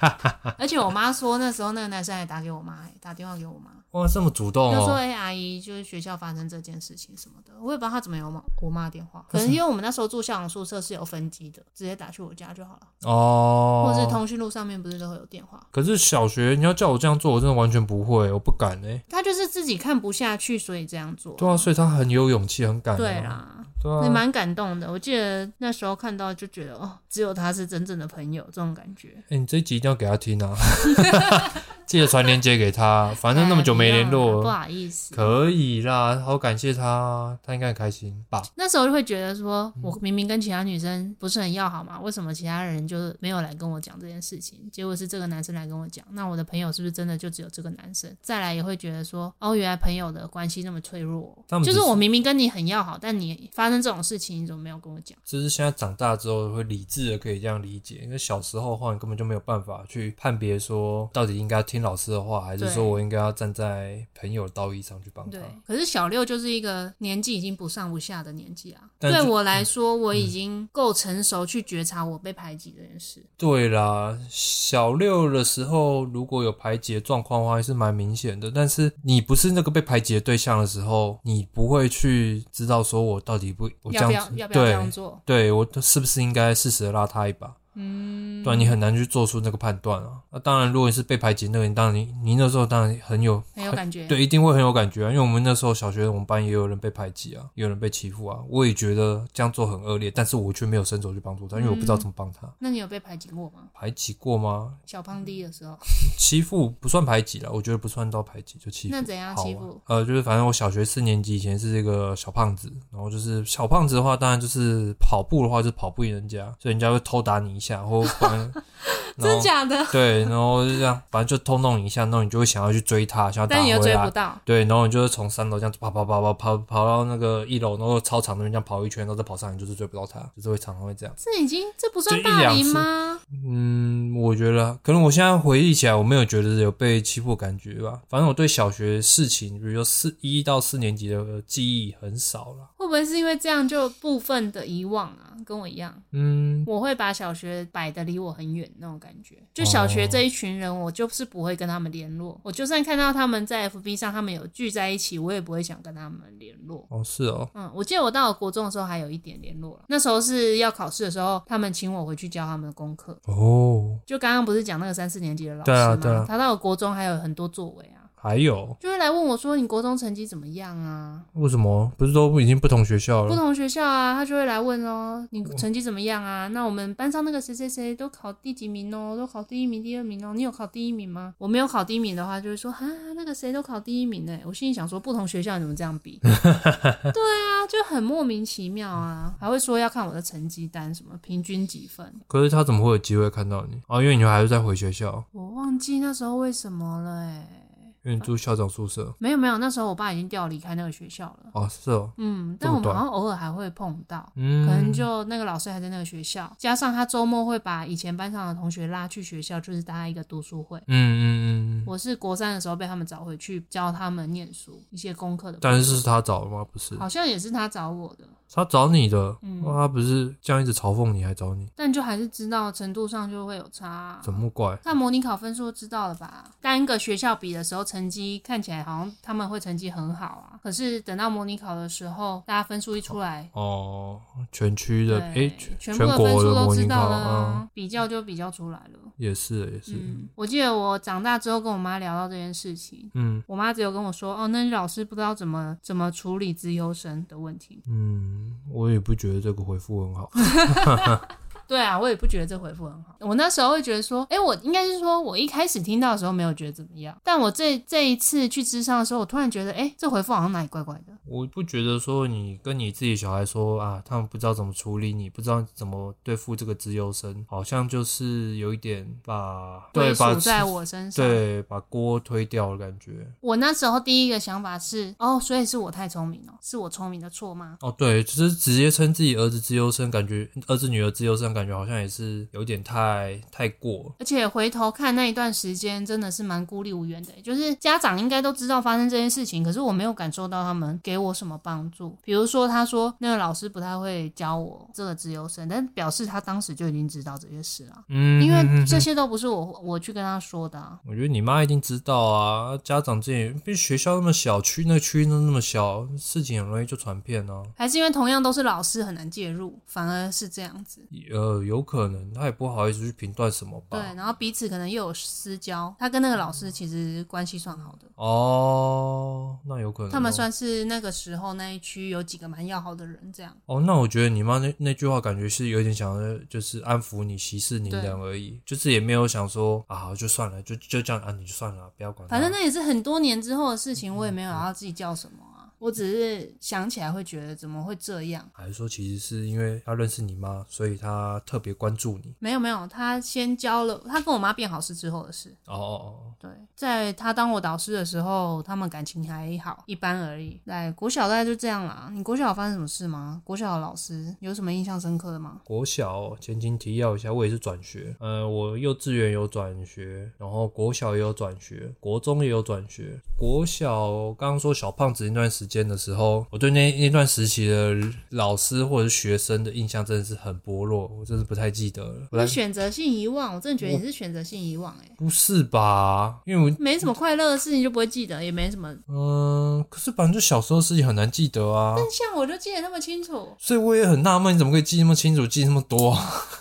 Speaker 2: 而且我妈说那时候那个男生还打给我妈、还打电话给我妈，
Speaker 1: 哇，这么主动
Speaker 2: 就说：“
Speaker 1: 哦，
Speaker 2: 哎、阿姨，就是学校发生这件事情什么的。”我也不知道他怎么有我妈我妈的电话，可能因为我们那时候住校长宿舍是有分机的，直接打去我家就好了，或者是
Speaker 1: 哦。
Speaker 2: 通讯录上面不是都会有电话。
Speaker 1: 可是小学你要叫我这样做，我真的完全不会，我不敢哎、
Speaker 2: 他就是自己看不下去，所以这样做。
Speaker 1: 对啊，所以他很有勇气，很敢、啊。
Speaker 2: 对，啦，
Speaker 1: 对
Speaker 2: 也
Speaker 1: 啊。
Speaker 2: 蛮感动的。我记得那时候看到就觉得，哦，只有他是真正的朋友，这种感觉。
Speaker 1: 哎、你这一集一定要给他听啊！ 记得传链接给他，反正那么久没联
Speaker 2: 哎不要
Speaker 1: 络
Speaker 2: 啦不
Speaker 1: 了，
Speaker 2: 好意思。
Speaker 1: 可以啦，好感谢他，他应该很开心吧？
Speaker 2: 那时候就会觉得说，
Speaker 1: 嗯
Speaker 2: 我明明跟其他女生不是很要好嘛，为什么其他人就是没有来跟我讲这件事情？结果是这个男生来跟我讲，那我的朋友是不是真的就只有这个男生？再来也会觉得说，哦，原来朋友的关系那么脆弱
Speaker 1: 他们，
Speaker 2: 就
Speaker 1: 只
Speaker 2: 是
Speaker 1: 是
Speaker 2: 我明明跟你很要好，但你发生这种事情，你怎么没有跟我讲？
Speaker 1: 就是现在长大之后会理智的可以这样理解，因为小时候的话你根本就没有办法去判别说到底应该听老师的话，还是
Speaker 2: 对
Speaker 1: 说我应该要站在朋友的道义上去帮他
Speaker 2: 对。，可是小六就是一个年纪已经不上不下的年纪啊。
Speaker 1: 但
Speaker 2: 对
Speaker 1: 就
Speaker 2: 我来说，我已经够成熟去觉察我被排挤这件事。
Speaker 1: 对啦，小六的时候如果有排挤的状况的话，还是蛮明显的。但是你不是那个被排挤的对象的时候，你不会去知道说我到底不我这
Speaker 2: 要
Speaker 1: 样
Speaker 2: 不
Speaker 1: 子
Speaker 2: 要要不要这样做？
Speaker 1: 对，对我是不是应该适时的拉他一把？嗯，对啊，你很难去做出那个判断啊。那、当然，如果你是被排挤那个人，当然你你那时候当然很有
Speaker 2: 很有感觉。
Speaker 1: 对，一定会很有感觉啊，因为我们那时候小学，我们班也有人被排挤啊，也有人被欺负啊。我也觉得这样做很恶劣，但是我却没有伸手去帮助
Speaker 2: 嗯
Speaker 1: 他，因为我不知道怎么帮他。
Speaker 2: 那你有被排挤过吗？
Speaker 1: 排挤过吗？
Speaker 2: 小胖弟的时候，
Speaker 1: 欺负不算排挤了，我觉得不算到排挤，就欺负。
Speaker 2: 那怎样
Speaker 1: 好
Speaker 2: 欺
Speaker 1: 玩
Speaker 2: 负？
Speaker 1: 呃，就是反正我小学四年级以前是这个小胖子，然后就是小胖子的话，当然就是跑步的话就是跑不赢人家，所以人家会偷打你一下，或反 正然
Speaker 2: 真
Speaker 1: 后
Speaker 2: 假的？
Speaker 1: 对，然后就这样，反正就偷弄你一下，然后你就会想要去追他，想要打
Speaker 2: 但你又
Speaker 1: 回
Speaker 2: 追不
Speaker 1: 来。
Speaker 2: 到，
Speaker 1: 对，然后你就是从三楼这样子跑跑跑跑跑跑到那个一楼，然后操场那边这样跑一圈，然后再跑上来，就是追不到他，就是会常常会这样。
Speaker 2: 这已经这不算
Speaker 1: 就一
Speaker 2: 霸
Speaker 1: 两
Speaker 2: 凌
Speaker 1: 次
Speaker 2: 吗？
Speaker 1: 嗯，我觉得可能我现在回忆起来，我没有觉得有被欺负的感觉吧。反正我对小学事情，比如说四一到四年级的记忆很少了。
Speaker 2: 会不会是因为这样就部分的遗忘啊？跟我一样，
Speaker 1: 嗯，
Speaker 2: 我会把小学摆的离我很远那种感觉。就小
Speaker 1: 哦
Speaker 2: 学这一群人，我就是不会跟他们联络。我就算看到他们在 FB 上他们有聚在一起，我也不会想跟他们联络。
Speaker 1: 哦，是哦，
Speaker 2: 嗯，我记得我到了国中的时候还有一点联络了，那时候是要考试的时候，他们请我回去教他们的功课。
Speaker 1: 哦，
Speaker 2: 就刚刚不是讲那个三四年级的老师
Speaker 1: 对啊
Speaker 2: 吗？
Speaker 1: 对啊
Speaker 2: 他到了国中还有很多作为啊。
Speaker 1: 还有
Speaker 2: 就会来问我说你国中成绩怎么样啊？
Speaker 1: 为什么不是都已经不同学校
Speaker 2: 不
Speaker 1: 了？
Speaker 2: 同学校啊，他就会来问哦，你
Speaker 1: 嗯
Speaker 2: 成绩怎么样啊？那我们班上那个谁谁谁都考第几名哦，都考第一名、第二名哦。你有考第一名吗？我没有考第一名的话，就会说啊，那个谁都考第一名呢。我心里想说，不同学校你怎么这样比？ 对啊，就很莫名其妙啊，还会说要看我的成绩单，什么平均几分，
Speaker 1: 可是他怎么会有机会看到你？哦，因为你还是在回学校，
Speaker 2: 我忘记那时候为什么了哎。
Speaker 1: 因为你住校长宿舍。
Speaker 2: 没有没有，那时候我爸已经调离开那个学校了。
Speaker 1: 哦，是哦，
Speaker 2: 嗯，
Speaker 1: 这
Speaker 2: 但
Speaker 1: 么
Speaker 2: 我们
Speaker 1: 短
Speaker 2: 好像偶尔还会碰到，可能
Speaker 1: 嗯，
Speaker 2: 就那个老师还在那个学校，加上他周末会把以前班上的同学拉去学校，就是大家一个读书会。
Speaker 1: 嗯嗯嗯嗯，
Speaker 2: 我是国三的时候被他们找回去教他们念书一些功课的部分，
Speaker 1: 但是是他找的吗？不是，
Speaker 2: 好像也是他找我的，
Speaker 1: 他找你的，
Speaker 2: 嗯
Speaker 1: 哇他不是这样一直嘲讽你，还找你，
Speaker 2: 但就还是知道程度上就会有差啊、
Speaker 1: 怎么怪？
Speaker 2: 看模拟考分数知道了吧？单个学校比的时候，成绩看起来好像他们会成绩很好啊，可是等到模拟考的时候，大家分数一出来，
Speaker 1: 哦，全区的，
Speaker 2: 对
Speaker 1: 诶，全
Speaker 2: 全
Speaker 1: 全
Speaker 2: 部的分
Speaker 1: 国
Speaker 2: 数
Speaker 1: 的
Speaker 2: 都
Speaker 1: 模
Speaker 2: 知
Speaker 1: 拟考
Speaker 2: 道了
Speaker 1: 啊，
Speaker 2: 啊，比较就比较出来了。
Speaker 1: 也是也是，
Speaker 2: 嗯，我记得我长大之后跟我妈聊到这件事情，
Speaker 1: 嗯
Speaker 2: 我妈只有跟我说，哦，那你老师不知道怎么怎么处理资优生的问题。
Speaker 1: 嗯，我也不觉得这个回复很好，
Speaker 2: 对啊，我也不觉得这回复很好。我那时候会觉得说，哎，我应该是说我一开始听到的时候没有觉得怎么样，但我这这一次去智商的时候，我突然觉得，哎，这回复好像哪里怪怪的。
Speaker 1: 我不觉得说你跟你自己小孩说啊，他们不知道怎么处理你，不知道怎么对付这个资优生，好像就是有一点把对
Speaker 2: 归
Speaker 1: 把
Speaker 2: 属在我身上。
Speaker 1: 对把锅推掉的感觉。
Speaker 2: 我那时候第一个想法是，哦，所以是我太聪明了，是我聪明的错吗？
Speaker 1: 哦，对，就是直接称自己儿子资优生，感觉儿子女儿资优生，感觉好像也是有点太太过。
Speaker 2: 而且回头看那一段时间，真的是蛮孤立无援的。欸就是家长应该都知道发生这件事情，可是我没有感受到他们给我什么帮助。比如说，他说那个老师不太会教我这个自由生，但表示他当时就已经知道这些事了，啊
Speaker 1: 嗯，嗯
Speaker 2: 因为
Speaker 1: 嗯
Speaker 2: 这些都不是我我去跟他说的、啊。
Speaker 1: 我觉得你妈一定知道啊，家长之间，毕竟学校那么小，区那区那那么小，事情很容易就传遍啊。
Speaker 2: 还是因为同样都是老师，很难介入，反而是这样子。
Speaker 1: 呃，有可能他也不好意思去评断什么
Speaker 2: 对
Speaker 1: 吧。，
Speaker 2: 然后彼此可能又有私交，他跟那个老师其实关系算好的，
Speaker 1: 哦，那有可能哦、
Speaker 2: 他们算是那个时候那一区有几个蛮要好的人这样。
Speaker 1: 哦，那我觉得你妈那那句话感觉是有点想要就是安抚你、息事宁人而已，就是也没有想说啊，好就算了，就就这样啊，你就算了，不要管他。
Speaker 2: 反正那也是很多年之后的事情，我也没有要自己叫什么啊，我只是想起来会觉得怎么会这样？
Speaker 1: 还是说，其实是因为他认识你妈，所以他特别关注你。
Speaker 2: 没有没有，他先教了，他跟我妈变好是之后的事。
Speaker 1: 哦哦
Speaker 2: 对，在他当我导师的时候，他们感情还好，一般而已。来，国小大概就这样啦。你国小有发生什么事吗？国小的老师有什么印象深刻的吗？
Speaker 1: 国小前情提要一下，我也是转学，呃，我幼稚园有转学，然后国小也有转学，国中也有转学。国小刚刚说小胖子那段时间的时候，我对那那段时期的老师或者是学生的印象真的是很薄弱，我真是不太记得了。不
Speaker 2: 我
Speaker 1: 太
Speaker 2: 是选择性遗忘，我真的觉得你是选择性遗忘、欸，
Speaker 1: 不是吧？因为我
Speaker 2: 没什么快乐的事情就不会记得，也没什么。
Speaker 1: 嗯、可是反正就小时候的事情很难记得啊，
Speaker 2: 像我就记得那么清楚，
Speaker 1: 所以我也很纳闷，你怎么可以记那么清楚，记那么多啊？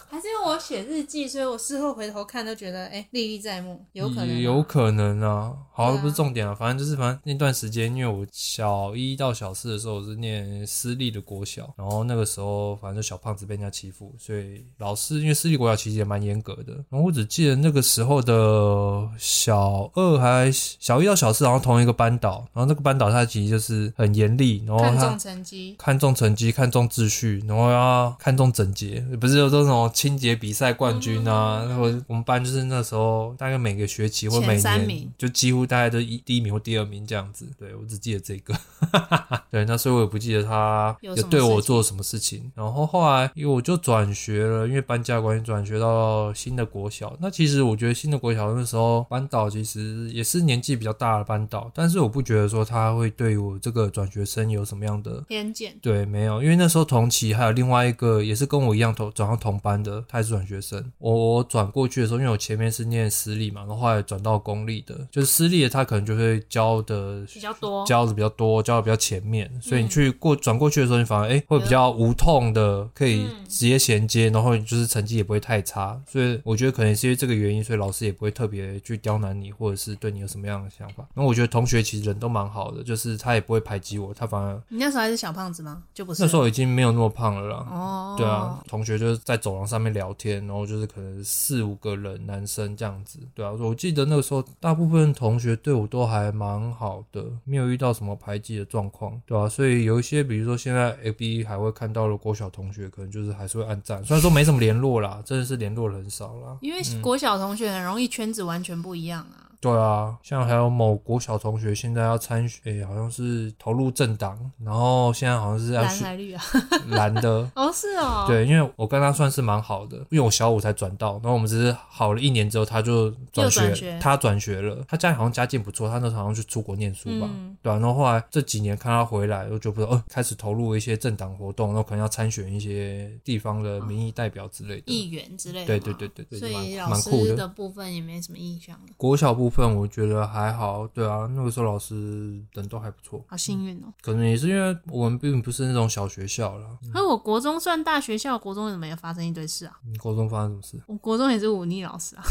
Speaker 2: 还是因为我写日记，所以我事后回头看都觉得，哎、历历在目，有可能啊、
Speaker 1: 也嗯有可能啊。好，
Speaker 2: 对啊
Speaker 1: 不是重点啊，反正就是反正那段时间，因为我小一到小四的时候，我是念私立的国小，然后那个时候反正就小胖子被人家欺负，所以老师因为私立国小其实也蛮严格的。然后我只记得那个时候的小二还小一到小四，然后同一个班导，然后那个班导他其实就是很严厉，然后
Speaker 2: 看
Speaker 1: 他
Speaker 2: 重成绩，
Speaker 1: 看重成绩，看重秩序，然后要看重整洁，不是有这种清洁比赛冠军啊？我、我们班就是那时候大概每个学期或每
Speaker 2: 嗯前三
Speaker 1: 年
Speaker 2: 名
Speaker 1: 就几乎大概都一第一名或第二名这样子。对我只记得这个， 对，那所以我也不记得他
Speaker 2: 有
Speaker 1: 有
Speaker 2: 什么
Speaker 1: 对我
Speaker 2: 事情
Speaker 1: 做什么事情。然后后来因为我就转学了，因为搬家的关系转学到新的国小。那其实我觉得新的国小那时候班导其实也是年纪比较大的班导，但是我不觉得说他会对我这个转学生有什么样的
Speaker 2: 偏见。
Speaker 1: 对，没有，因为那时候同期还有另外一个也是跟我一样同转到同班的，的，他也是转学生。我转过去的时候，因为我前面是念私立嘛，然后后来转到公立的，就是私立的他可能就会教的
Speaker 2: 比较多，
Speaker 1: 教的比较多，教的比较前面，所以你去过转过去的时候，你反而哎、诶会比较无痛的，可以直接衔接，然后你就是成绩也不会太差。所以我觉得可能是因为这个原因，所以老师也不会特别去刁难你，或者是对你有什么样的想法。那我觉得同学其实人都蛮好的，就是他也不会排挤我，他反而
Speaker 2: 你那时候还是小胖子吗？就不是
Speaker 1: 那时候已经没有那么胖了啦。
Speaker 2: 哦，
Speaker 1: 对啊，，同学就是在走廊上面聊天，然后就是可能四五个人男生这样子，对啊，我记得那个时候大部分同学对我都还蛮好的，没有遇到什么排挤的状况，对啊，所以有一些比如说现在 A B 还会看到的国小同学，可能就是还是会暗赞，虽然说没什么联络啦，真的是联络的很少啦。
Speaker 2: 因为国小同学很容易圈子完全不一样啊。
Speaker 1: 对啊，像还有某国小同学现在要参选，诶、好像是投入政党，然后现在好像是要
Speaker 2: 蓝
Speaker 1: 去
Speaker 2: 还绿啊？
Speaker 1: 蓝的，
Speaker 2: 哦，是哦，，
Speaker 1: 对，因为我跟他算是蛮好的，因为我小五才转到，然后我们只是好了一年之后，他就转
Speaker 2: 又
Speaker 1: 学，
Speaker 2: 转学
Speaker 1: 他转学了，他家里好像家境不错，他那时候好像去出国念书吧，
Speaker 2: 嗯
Speaker 1: 对啊，然后后来这几年看他回来，我就不知道，哦，开始投入一些政党活动，然后可能要参选一些地方的民意代表之类的。
Speaker 2: 哦议员之类的
Speaker 1: 对
Speaker 2: 嘛。
Speaker 1: 对对对对，
Speaker 2: 所以
Speaker 1: 蛮
Speaker 2: 老
Speaker 1: 蛮酷
Speaker 2: 师
Speaker 1: 的。
Speaker 2: 的部分也没什么印象了，
Speaker 1: 国小部分我觉得还好，对啊，那个时候老师人都还不错，
Speaker 2: 好幸运哦。
Speaker 1: 可能也是因为我们并不是那种小学校啦。
Speaker 2: 可是我国中算大学校，国中怎么也发生一堆事啊？
Speaker 1: 你嗯高中发生什么事？
Speaker 2: 我国中也是忤逆老师啊。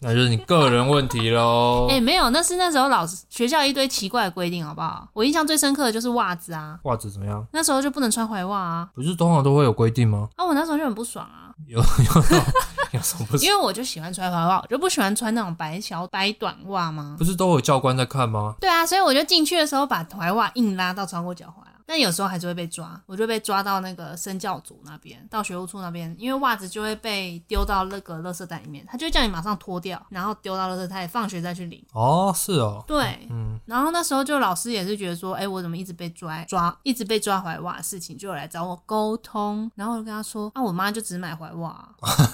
Speaker 1: 那就是你个人问题喽。
Speaker 2: 哎、没有，那是那时候老师学校一堆奇怪的规定，好不好？我印象最深刻的就是袜子啊，
Speaker 1: 袜子怎么样？
Speaker 2: 那时候就不能穿踝袜啊。
Speaker 1: 不是通常都会有规定吗？
Speaker 2: 啊，我那时候就很不爽啊，
Speaker 1: 有有有有什么不是？
Speaker 2: 因为我就喜欢穿踝袜，我就不喜欢穿那种白小白短袜吗？
Speaker 1: 不是都有教官在看吗？
Speaker 2: 对啊，所以我就进去的时候把踝袜硬拉到超过脚踝啊。但有时候还是会被抓，我就被抓到那个身教组那边，到学务处那边，因为袜子就会被丢到那个垃圾袋里面，他就会叫你马上脱掉，然后丢到垃圾袋，放学再去领。
Speaker 1: 哦，是哦，
Speaker 2: 对，
Speaker 1: 嗯，
Speaker 2: 然后那时候就老师也是觉得说，哎、我怎么一直被抓抓，一直被抓怀袜的事情，就有来找我沟通。然后我就跟他说，啊，我妈就只买怀袜啊、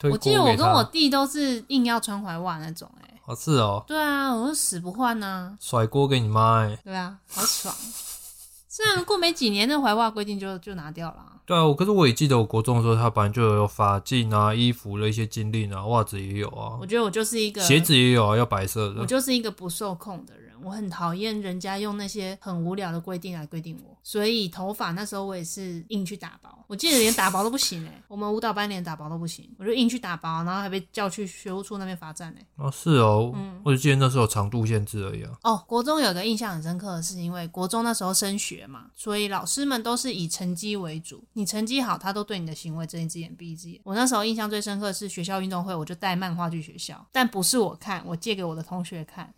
Speaker 1: 推
Speaker 2: 我
Speaker 1: 锅
Speaker 2: 记得我
Speaker 1: 给
Speaker 2: 跟
Speaker 1: 他
Speaker 2: 我弟都是硬要穿怀袜那种、哎，
Speaker 1: 哦是哦，
Speaker 2: 对啊，我就死不换呐、
Speaker 1: 甩锅给你妈哎。
Speaker 2: 对啊，好爽。虽然过没几年，那怀袜规定就就拿掉了啊。
Speaker 1: 对啊，我可是我也记得，我国中的时候，他本来就有法禁啊、衣服的一些禁令啊，袜子也有啊
Speaker 2: 我，觉得我就是一个
Speaker 1: 鞋，子也有啊，要白色
Speaker 2: 我
Speaker 1: 的。
Speaker 2: 就是一个不受控的人，我很讨厌人家用那些很无聊的规定来规定我。所以头发那时候我也是硬去打薄，我记得连打薄都不行哎、我们舞蹈班连打薄都不行，我就硬去打薄，然后还被叫去学务处那边罚站哎、
Speaker 1: 哦，是哦，
Speaker 2: 嗯
Speaker 1: 我就记得那时候有长度限制而已啊。
Speaker 2: 哦，国中有个印象很深刻的是，因为国中那时候升学嘛，所以老师们都是以成绩为主，你成绩好，他都对你的行为睁一只眼闭一只眼。我那时候印象最深刻的是学校运动会，我就带漫画去学校，但不是我看，我借给我的同学看，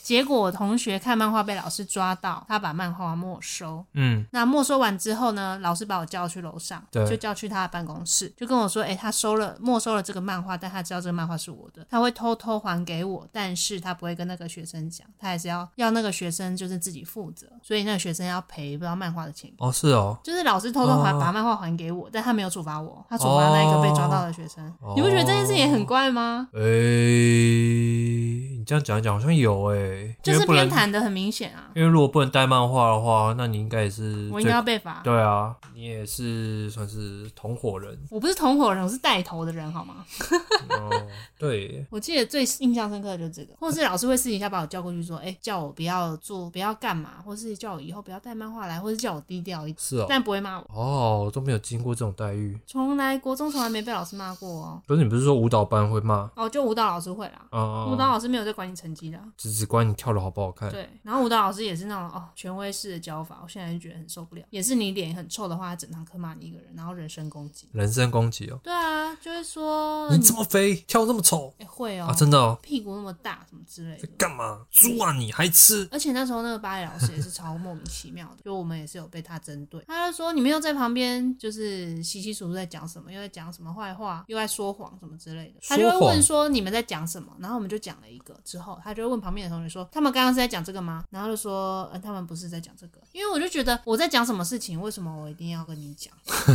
Speaker 2: 结果我同学看漫画被老师抓到，他把漫画没收，
Speaker 1: 嗯，
Speaker 2: 那没收完之后呢，老师把我叫去楼上，
Speaker 1: 对
Speaker 2: 就叫去他的办公室，就跟我说：“诶，他收了没收了这个漫画，但他知道这个漫画是我的，他会偷偷还给我，但是他不会跟那个学生讲，他还是要要那个学生就是自己负责，所以那个学生要赔不知道漫画的钱。”
Speaker 1: 哦是哦，
Speaker 2: 就是老师偷偷还、
Speaker 1: 哦
Speaker 2: 把漫画还给我，但他没有处罚我，他处罚那一个被抓到的学生。
Speaker 1: 哦
Speaker 2: 你不觉得这件事也很怪吗？
Speaker 1: 诶、你这样讲一讲好像有诶、
Speaker 2: 就
Speaker 1: 因
Speaker 2: 是
Speaker 1: 为不能
Speaker 2: 偏袒的很明显啊，
Speaker 1: 因为如果不能带漫画的话，那你应该也是
Speaker 2: 我
Speaker 1: 最
Speaker 2: 应该要被罚。
Speaker 1: 对啊，你也是算是同伙人
Speaker 2: 我不是同伙人，我是带头的人，好吗？
Speaker 1: 哦。对，
Speaker 2: 我记得最印象深刻的就是这个，或是老师会私底下把我叫过去说，哎、叫我不要做，不要干嘛，或是叫我以后不要带漫画来，或是叫我低调一点，
Speaker 1: 是哦，
Speaker 2: 但不会骂我。
Speaker 1: 哦，都没有经过这种待遇。
Speaker 2: 从来国中从来没被老师骂过哦，
Speaker 1: 可是你不是说舞蹈班会骂
Speaker 2: 哦，就舞蹈老师会啦，舞蹈
Speaker 1: 啊？
Speaker 2: 老师没有在管你成绩的啊，
Speaker 1: 只只管你跳的好不好看。
Speaker 2: 嗯对，然后舞蹈老师也是那种哦权威式的教法，我现在就觉得很受不了，也是你脸很臭的话，他整堂课骂你一个人，然后人身攻击。
Speaker 1: 人身攻击哦，
Speaker 2: 对啊，就会说
Speaker 1: 你这么肥，跳这么丑
Speaker 2: 哎、会哦、
Speaker 1: 嗯啊？真的哦，
Speaker 2: 屁股那么大什么之类的。
Speaker 1: 干嘛？猪啊你还吃？
Speaker 2: 而且那时候那个芭蕾老师也是超莫名其妙的，就我们也是有被他针对，他就说你们又在旁边就是稀稀疏疏在讲什么，又在讲什么坏话，又在说谎什么之类的，他就
Speaker 1: 说
Speaker 2: 会
Speaker 1: 谎
Speaker 2: 问说你们在讲什么，然后我们就讲了一个，之后，他就会问旁边的同学说：“他们刚刚是在讲这个吗？”然后就说：“呃，他们不是在讲这个。”因为我就觉得我在讲什么事情，为什么我一定要跟你讲？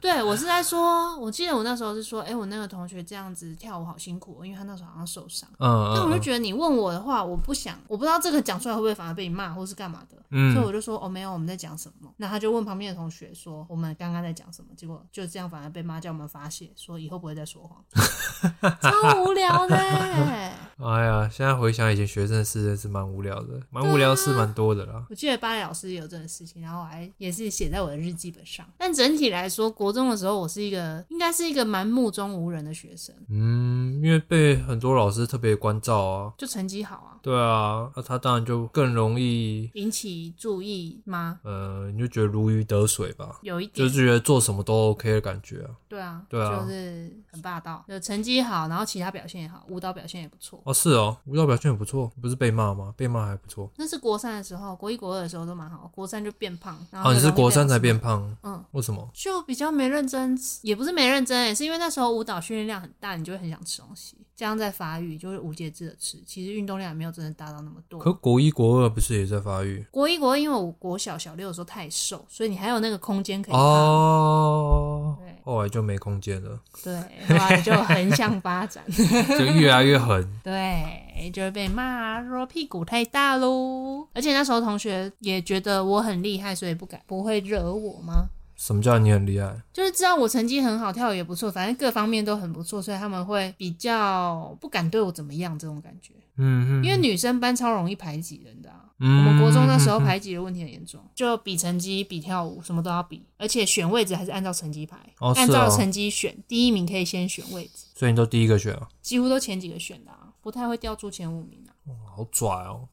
Speaker 2: 对我是在说，我记得我那时候是说：“哎、我那个同学这样子跳舞好辛苦哦，因为他那时候好像受伤。”
Speaker 1: 嗯
Speaker 2: 但我就
Speaker 1: 嗯
Speaker 2: 觉得你问我的话，我不想，我不知道这个讲出来会不会反而被你骂或是干嘛的，
Speaker 1: 嗯
Speaker 2: 所以我就说哦没有，我们在讲什么？那他就问旁边的同学说我们刚刚在讲什么？结果就这样反而被妈叫我们发泄，说以后不会再说 谎，超无聊的欸。
Speaker 1: 嗯，哎呀，现在回想以前学生的事，真是蛮无聊的，蛮无聊的事蛮多的啦。
Speaker 2: 我记得芭蕾老师也有这种事情，然后我还也是写在我的日记本上。但整体来说，国中的时候我是一个应该是一个蛮目中无人的学生，
Speaker 1: 嗯，因为被很多老师特别关照啊。
Speaker 2: 就成绩好啊，
Speaker 1: 对啊，那他当然就更容易，
Speaker 2: 引起注意吗？
Speaker 1: 呃，你就觉得如鱼得水吧，
Speaker 2: 有一点，
Speaker 1: 就是觉得做什么都 OK 的感觉啊。
Speaker 2: 对啊，
Speaker 1: 对啊
Speaker 2: 就是很霸道，就成绩好，然后其他表现也好，舞蹈表现也不错。
Speaker 1: 哦，是哦，舞蹈表现很不错，不是被骂吗？被骂还不错。
Speaker 2: 那是国三的时候，国一国二的时候都蛮好，国三就变胖，然后
Speaker 1: 啊，你
Speaker 2: 很容
Speaker 1: 是
Speaker 2: 易被
Speaker 1: 国三
Speaker 2: 老师
Speaker 1: 才变
Speaker 2: 骂，
Speaker 1: 胖，
Speaker 2: 嗯，
Speaker 1: 为什么？
Speaker 2: 就比较没认真，也不是没认真，也是因为那时候舞蹈训练量很大，你就会很想吃东西，这样在发育就是无节制的吃，其实运动量也没有真的达到那么多。
Speaker 1: 可国一国二不是也在发育？
Speaker 2: 国一国二，因为我国小小六的时候太瘦，所以你还有那个空间可以胖。
Speaker 1: 哦
Speaker 2: 对，
Speaker 1: 后来就没空间了，
Speaker 2: 对，后来就横向发展。
Speaker 1: 就越来越狠。
Speaker 2: 对，就会被骂说屁股太大喽。而且那时候同学也觉得我很厉害，所以不敢不会惹我吗？
Speaker 1: 什么叫你很厉害？
Speaker 2: 就是知道我成绩很好，跳舞也不错，反正各方面都很不错，所以他们会比较不敢对我怎么样这种感觉。
Speaker 1: 嗯嗯，
Speaker 2: 因为女生班超容易排挤人的、啊，
Speaker 1: 嗯
Speaker 2: 我们国中那时候排挤的问题很严重，就比成绩、比跳舞，什么都要比，而且选位置还是按照成绩排，
Speaker 1: 哦是哦
Speaker 2: 按照成绩选，第一名可以先选位置，
Speaker 1: 所以你都第一个选啊，
Speaker 2: 几乎都前几个选的、啊，不太会掉出前五名啊。
Speaker 1: 好拽哦。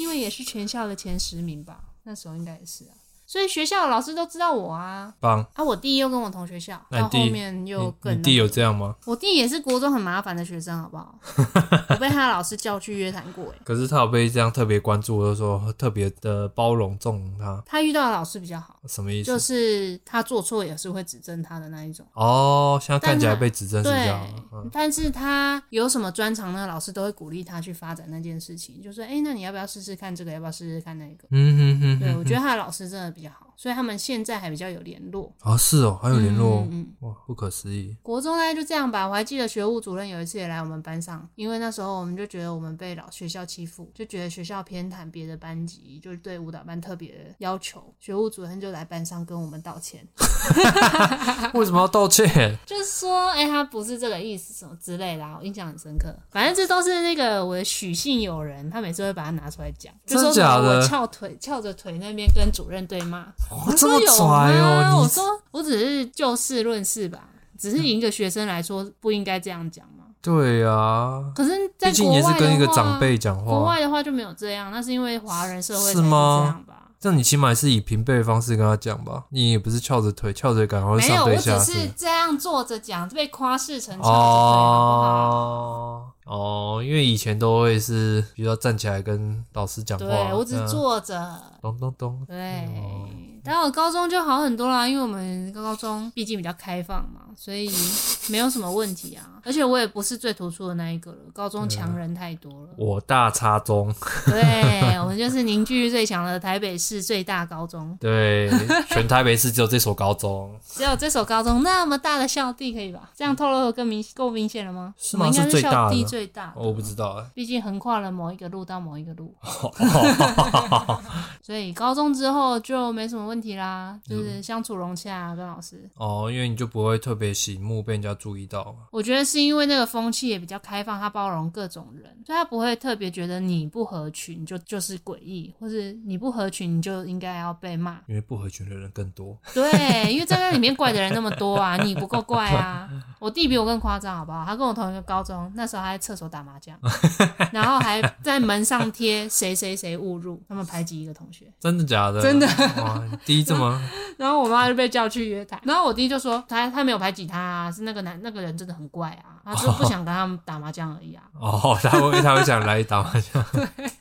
Speaker 2: 因为也是全校的前十名吧，那时候应该也是啊。所以学校的老师都知道我啊，
Speaker 1: 棒，
Speaker 2: 啊，我弟又跟我同学校，
Speaker 1: 那你
Speaker 2: 到
Speaker 1: 弟
Speaker 2: 后面又
Speaker 1: 你
Speaker 2: 更
Speaker 1: 你弟有
Speaker 2: 那个
Speaker 1: 这样吗？
Speaker 2: 我弟也是国中很麻烦的学生，好 不好？我被他老师叫去约谈过，哎，
Speaker 1: 可是他有被这样特别关注，或者说特别的包容纵容他，
Speaker 2: 他遇到的老师比较好，
Speaker 1: 什么意
Speaker 2: 就
Speaker 1: 思？
Speaker 2: 是他做错也是会指正他的那一种。
Speaker 1: 哦，现在看起来
Speaker 2: 但他
Speaker 1: 被指正是这
Speaker 2: 对
Speaker 1: 样啊，，嗯
Speaker 2: 但是他有什么专长呢？老师都会鼓励他去发展那件事情，就说：“哎，那你要不要试试看这个？要不要试试看那个？”
Speaker 1: 嗯哼哼
Speaker 2: 对，
Speaker 1: 哼，
Speaker 2: 我觉得他的老师真的比较好，所以他们现在还比较有联络。
Speaker 1: 啊是哦，还有联络
Speaker 2: 嗯，嗯嗯
Speaker 1: 哇，不可思议。
Speaker 2: 国中大概就这样吧。我还记得学务主任有一次也来我们班上，因为那时候我们就觉得我们被老学校欺负，就觉得学校偏袒别的班级，就是对舞蹈班特别要求。学务主任就来班上跟我们道歉，啊
Speaker 1: 为什么要道歉？
Speaker 2: 就是说，哎、他不是这个意思什么之类的啊，我印象很深刻。反正这都是那个我的许姓友人，他每次会把它拿出来讲，就说
Speaker 1: 真假的
Speaker 2: 什么我翘腿翘着腿那边跟主任对骂，
Speaker 1: 哇，
Speaker 2: 我
Speaker 1: 这
Speaker 2: 说
Speaker 1: 么
Speaker 2: 有
Speaker 1: 拽
Speaker 2: 吗
Speaker 1: 哦！
Speaker 2: 我
Speaker 1: 你
Speaker 2: 说我只是就事论事吧，只是以一个学生来说不应该这样讲嘛。
Speaker 1: 对啊，
Speaker 2: 可是，在
Speaker 1: 毕竟
Speaker 2: 国
Speaker 1: 也
Speaker 2: 外
Speaker 1: 是跟一个
Speaker 2: 的话
Speaker 1: 长，辈讲
Speaker 2: 国
Speaker 1: 话，
Speaker 2: 外的话就没有这样，那是因为华人社会才
Speaker 1: 是
Speaker 2: 这
Speaker 1: 吗
Speaker 2: 样吧。
Speaker 1: 这样你起码是以平辈的方式跟他讲吧，你也不是翘着腿翘着赶，或者
Speaker 2: 没有，
Speaker 1: 上
Speaker 2: 我
Speaker 1: 对
Speaker 2: 只
Speaker 1: 下
Speaker 2: 是这样坐着讲，被夸饰成翘着腿，好
Speaker 1: 哦哦，因为以前都会是，比如说站起来跟老师讲
Speaker 2: 不
Speaker 1: 话，
Speaker 2: 好？对我只
Speaker 1: 嗯
Speaker 2: 是坐着，
Speaker 1: 咚咚咚，
Speaker 2: 对。
Speaker 1: 嗯
Speaker 2: 但我高中就好很多啦，因为我们高中毕竟比较开放嘛，所以没有什么问题啊。而且我也不是最突出的那一个了，高中强人太多了。
Speaker 1: 我大差中，
Speaker 2: 对，我们就是凝聚力最强的台北市最大高中，
Speaker 1: 对，全台北市只有这所高中，
Speaker 2: 只有这所高中那么大的校地，可以吧？这样透露得更明够明显了
Speaker 1: 嗯
Speaker 2: 吗？
Speaker 1: 是吗
Speaker 2: 我们应该
Speaker 1: 是最大
Speaker 2: 校
Speaker 1: 的
Speaker 2: 地最大的
Speaker 1: 我不知道哎、
Speaker 2: 毕竟横跨了某一个路到某一个 路，所以高中之后就没什么问题啦，就是
Speaker 1: 嗯
Speaker 2: 相处融洽、啊跟老师。
Speaker 1: 哦，因为你就不会特别醒目被人家注意到嘛，
Speaker 2: 我觉得是因为那个风气也比较开放，它包容各种人，所以它不会特别觉得你不合群就就是诡异，或是你不合群你就应该要被骂。
Speaker 1: 因为不合群的人更多。
Speaker 2: 对，因为在那里面怪的人那么多啊，你不够怪啊。 我弟比我更夸张，好不好？他跟我同一个高中，那时候还在厕所打麻 将，然后还在门上贴谁谁谁误入，他们排挤一个同学。
Speaker 1: 真的假的？真的哇！你第一这么
Speaker 2: 然后我妈就被叫去约谈，然后我弟就说他他没有排挤他、啊，是那个男那个人真的很怪啊， 他就不想跟他们打麻将而已啊。
Speaker 1: 哦，他会他会想来打麻将，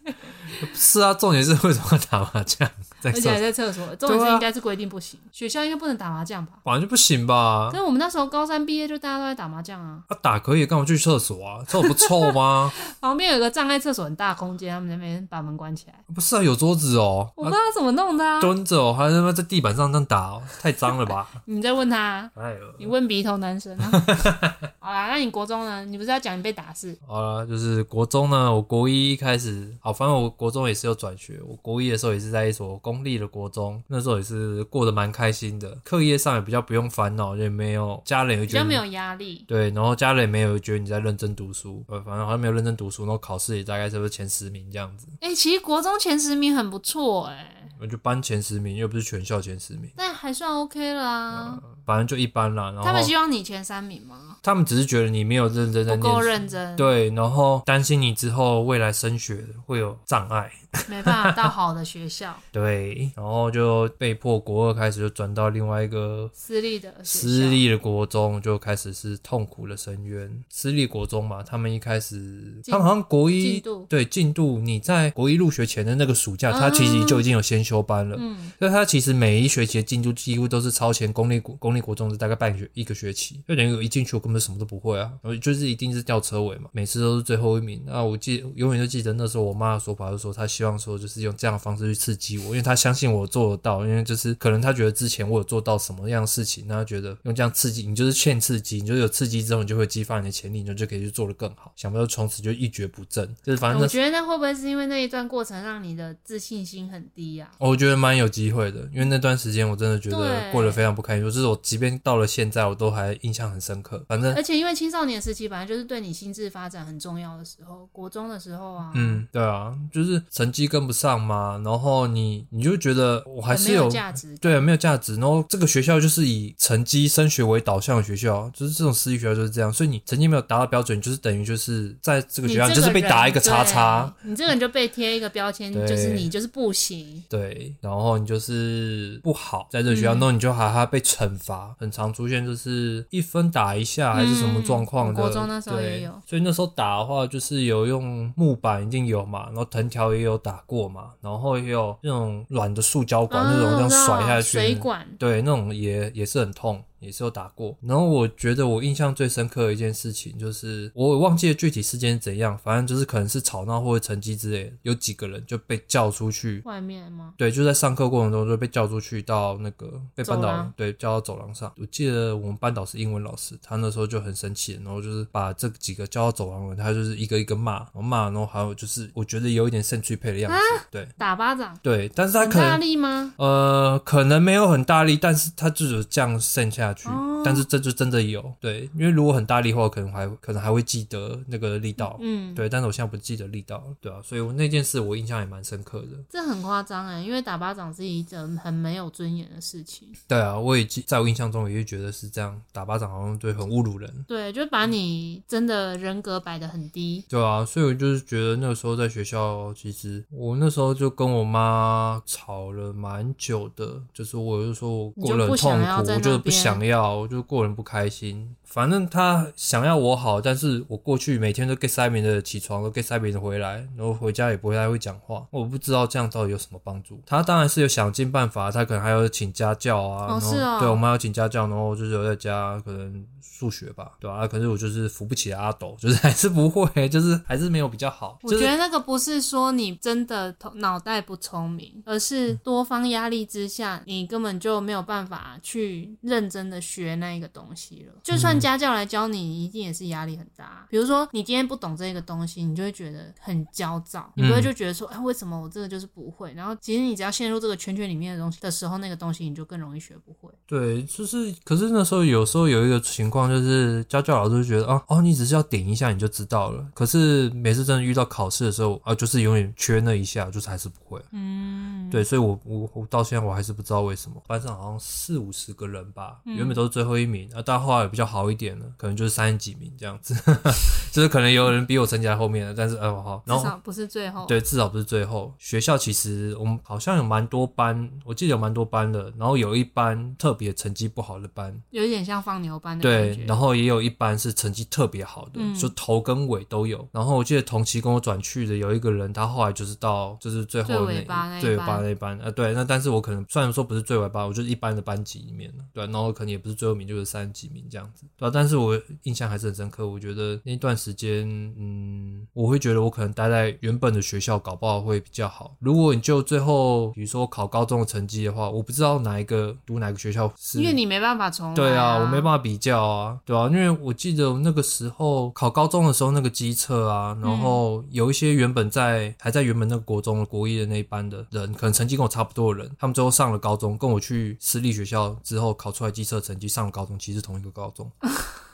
Speaker 1: 是啊，重点是为什么要打麻将？在
Speaker 2: 而且还
Speaker 1: 厕
Speaker 2: 在厕所。重
Speaker 1: 对
Speaker 2: 点是
Speaker 1: 啊
Speaker 2: 应该是规定不行，学校应该不能打麻将吧？
Speaker 1: 反正就不行吧
Speaker 2: 但？是我们那时候高三毕业就大家都在打麻将啊，
Speaker 1: 啊，打可以，干嘛去厕所啊？厕所不臭吗？
Speaker 2: 旁边有个障碍厕所很大空间，他们那边把门关起来，
Speaker 1: 不是啊，有桌子哦，
Speaker 2: 我
Speaker 1: 啊
Speaker 2: 不知道怎么弄的啊。
Speaker 1: 蹲着哦，还他妈在地板上这样打哦，太脏了吧？
Speaker 2: 你再问他啊，
Speaker 1: 哎呦，
Speaker 2: 你问鼻头男生 啊。好啦，那你国中呢？你不是要讲你被打是？
Speaker 1: 好啦，就是国中呢，我国一开始，好，反正我国中也是有转学。我国一的时候也是在一所公立的国中，那时候也是过得蛮开心的，课业上也比较不用烦恼，也没有家人也
Speaker 2: 比
Speaker 1: 觉
Speaker 2: 较
Speaker 1: 得
Speaker 2: 没有
Speaker 1: 你
Speaker 2: 压力，
Speaker 1: 对，然后家人也没有觉得你在认真读书，呃，反正好像没有认真读书，然后考试也大概是不是前十名这样子，
Speaker 2: 哎、其实国中前十名很不错哎、
Speaker 1: 我就班前十名，又不是全校前十名，
Speaker 2: 但还算 OK 啦。
Speaker 1: 反正就一般啦。嗯然后
Speaker 2: 他们希望你前三名吗？
Speaker 1: 他们只是觉得你没有认真在
Speaker 2: 不
Speaker 1: 念
Speaker 2: 够
Speaker 1: 书
Speaker 2: 认真，
Speaker 1: 对，然后担心你之后未来升学会有障碍，
Speaker 2: 没办法到好的学校，
Speaker 1: 对，然后就被迫国二开始就转到另外一个
Speaker 2: 私立的学校。
Speaker 1: 私立的国中，就开始是痛苦的深渊。私立国中嘛，他们一开始，
Speaker 2: 进
Speaker 1: 他们好像国一
Speaker 2: 进度啊
Speaker 1: 对进度，你在国一入学前的那个暑假，他其实就已经有先修班了。
Speaker 2: 嗯，
Speaker 1: 所以他其实每一学期的进度几乎都是超前公立国公立国中的大概半学一个学期，就等于我一进去我根本什么都不会啊，然后就是一定是吊车尾嘛，每次都是最后一名。那我记永远都记得那时候我妈的说法，就是说她希望说就是用这样的方式去刺激我，因为她相信我做得到，因为就是可能她觉得之前我有做到什么样的事情，那她觉得用这样刺激你就是欠刺激，你就是有刺激之后你就会激发你的潜力，你就可以去做得更好。想不到从此就一蹶不振，就是反正
Speaker 2: 我
Speaker 1: 那
Speaker 2: 觉得那会不会是因为那一段过程让你的自信心很低啊？
Speaker 1: 哦我觉得蛮有机会的，因为那段时间我真的觉得
Speaker 2: 对
Speaker 1: 过得非常不开心，就是我即便到了现在，我都还印象很深刻。反正，
Speaker 2: 而且因为青少年时期本来就是对你心智发展很重要的时候，国中的时候啊，，
Speaker 1: 嗯，对啊，就是成绩跟不上嘛，然后你你就觉得我还
Speaker 2: 很没
Speaker 1: 是
Speaker 2: 有价值。
Speaker 1: 对没有价值，然后这个学校就是以成绩升学为导向的学校，就是这种私立学校就是这样，所以你成绩没有达到标准，你就是等于就是在这个
Speaker 2: 你
Speaker 1: 学
Speaker 2: 这
Speaker 1: 校
Speaker 2: 个
Speaker 1: 你就是被打一个
Speaker 2: 人
Speaker 1: 叉叉，，
Speaker 2: 对你这个人就被贴一个标签，
Speaker 1: 对
Speaker 2: 就是你就是不行。
Speaker 1: 对，然后你就是不好，在这个学
Speaker 2: 嗯
Speaker 1: 校，那、你就还还被惩罚，很常出现就是一分打一下还是什么状况的。
Speaker 2: 嗯我国中那时候也
Speaker 1: 对
Speaker 2: 有
Speaker 1: 所以那时候打的话，就是有用木板一定有嘛，然后藤条也有打过嘛，然后也有那种软的塑胶管、
Speaker 2: 啊
Speaker 1: 那种这
Speaker 2: 我
Speaker 1: 样
Speaker 2: 知道
Speaker 1: 甩下去，
Speaker 2: 啊水管
Speaker 1: 对，那种也也是很痛，也是有打过。然后我觉得我印象最深刻的一件事情，就是我忘记了具体事件是怎样，反正就是可能是吵闹或者成绩之类的，有几个人就被叫出去
Speaker 2: 外面吗？
Speaker 1: 对，就在上课过程中就被叫出去到那个被班
Speaker 2: 走
Speaker 1: 导
Speaker 2: 廊
Speaker 1: 对叫到走廊上。我记得我们班导是英文老师，他那时候就很生气，然后就是把这几个叫到走廊了，他就是一个一个骂，然后骂，然后还有就是我觉得有一点肾虚配的样子，对
Speaker 2: 打巴掌，
Speaker 1: 对，但是他
Speaker 2: 啊很
Speaker 1: 可
Speaker 2: 大
Speaker 1: 能。
Speaker 2: 力吗？
Speaker 1: 呃，可能没有很大力，但是他就是这样渗下去，
Speaker 2: 哦
Speaker 1: 但是这就真的有对，因为如果很大力的话，可能还可能还会记得那个力道，
Speaker 2: 嗯，
Speaker 1: 对，但是我现在不记得力道了，对啊，所以我那件事我印象也蛮深刻的，
Speaker 2: 这很夸张哎，因为打巴掌是一件很没有尊严的事情。
Speaker 1: 对啊，我也记，在我印象中也是觉得是这样，打巴掌好像对很侮辱人，
Speaker 2: 对，就把你真的人格摆得很低。
Speaker 1: 对啊，所以我就是觉得那个时候在学校，其实我那时候就跟我妈吵了蛮久的，就是我就说我过得很痛
Speaker 2: 你就不想要
Speaker 1: 苦，
Speaker 2: 在那
Speaker 1: 我
Speaker 2: 边
Speaker 1: 就是不想要，我就过得很不开心。反正她想要我好，但是我过去每天都 get 塞眠的起床，都 get 塞眠的回来，然后回家也不会太会讲话，我不知道这样到底有什么帮助。她当然是有想尽办法，她可能还有请家教啊，然
Speaker 2: 哦
Speaker 1: 后
Speaker 2: 是哦
Speaker 1: 对我妈要请家教，然后就是有在家可能数学吧，对吧、啊？可是我就是扶不起阿斗， 就是还是不会， 就是还是没有比较好。
Speaker 2: 我
Speaker 1: 就
Speaker 2: 觉
Speaker 1: 是
Speaker 2: 得那个不是说你真的头脑袋不聪明，而
Speaker 1: 嗯
Speaker 2: 是多方压力之下，你根本就没有办法去认真的学那一个东西
Speaker 1: 嗯
Speaker 2: 了。就算家教来教你，你一定也是压力很大。比如说你今天不懂这个东西，你就会觉得很焦躁，
Speaker 1: 嗯
Speaker 2: 你不会就觉得说，哎，为什么我这个就是不会？然后其实你只要陷入这个圈圈里面的东西的时候，那个东西你就更容易学不会。
Speaker 1: 对，就是可是那时候有时候有一个情况，就是家教老师就觉得啊哦，你只是要点一下你就知道了。可是每次真的遇到考试的时候啊，就是永远缺那一下，就是还是不会。
Speaker 2: 嗯，嗯
Speaker 1: 对，所以我我我到现在我还是不知道为什么班上好像四五十个人吧，原本都是最后后一名，啊，但后来比较好一点了，可能就是三十几名这样子， 就是可能有人比我成绩还后面了，但是呃好，然
Speaker 2: 至
Speaker 1: 后
Speaker 2: 少哦不是最后。
Speaker 1: 对，至少不是最后。学校其实我们好像有蛮多班，我记得有蛮多班的，然后有一班特别成绩不好的班，
Speaker 2: 有一点像放牛班的感
Speaker 1: 对，
Speaker 2: 觉。
Speaker 1: 然后也有一班是成绩特别好的，
Speaker 2: 嗯
Speaker 1: 就头跟尾都有。然后我记得同期跟我转去的有一个人，他后来就是到就是最后
Speaker 2: 最尾巴那
Speaker 1: 那
Speaker 2: 一
Speaker 1: 最尾巴
Speaker 2: 班
Speaker 1: 那一班啊、呃对，那但是我可能虽然说不是最尾巴，我就是一般的班级里面了，对啊、然后可能也不是最后一名，就是三十几名这样子，对、啊、但是我印象还是很深刻，我觉得那段时间，嗯，我会觉得我可能待在原本的学校，搞不好会比较好。如果你就最后比如说考高中的成绩的话，我不知道哪一个读哪个学校是
Speaker 2: 因为你没办法重来、
Speaker 1: 对
Speaker 2: 啊，
Speaker 1: 啊，我没办法比较啊，对啊，因为我记得我那个时候考高中的时候，那个机测啊，然后有一些原本在还在原本那个国中的国一的那一班的人，可能成绩跟我差不多的人，他们最后上了高中，跟我去私立学校之后考出来机测成绩上了高中，其实是同一个高中，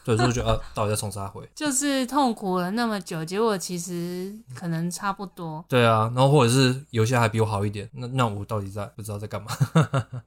Speaker 1: 对，所以我就觉得呃，到底在冲啥回？
Speaker 2: 就是痛苦了那么久，结果其实可能差不多。
Speaker 1: 对啊，然后或者是有些还比我好一点，那那我到底在不知道在干嘛？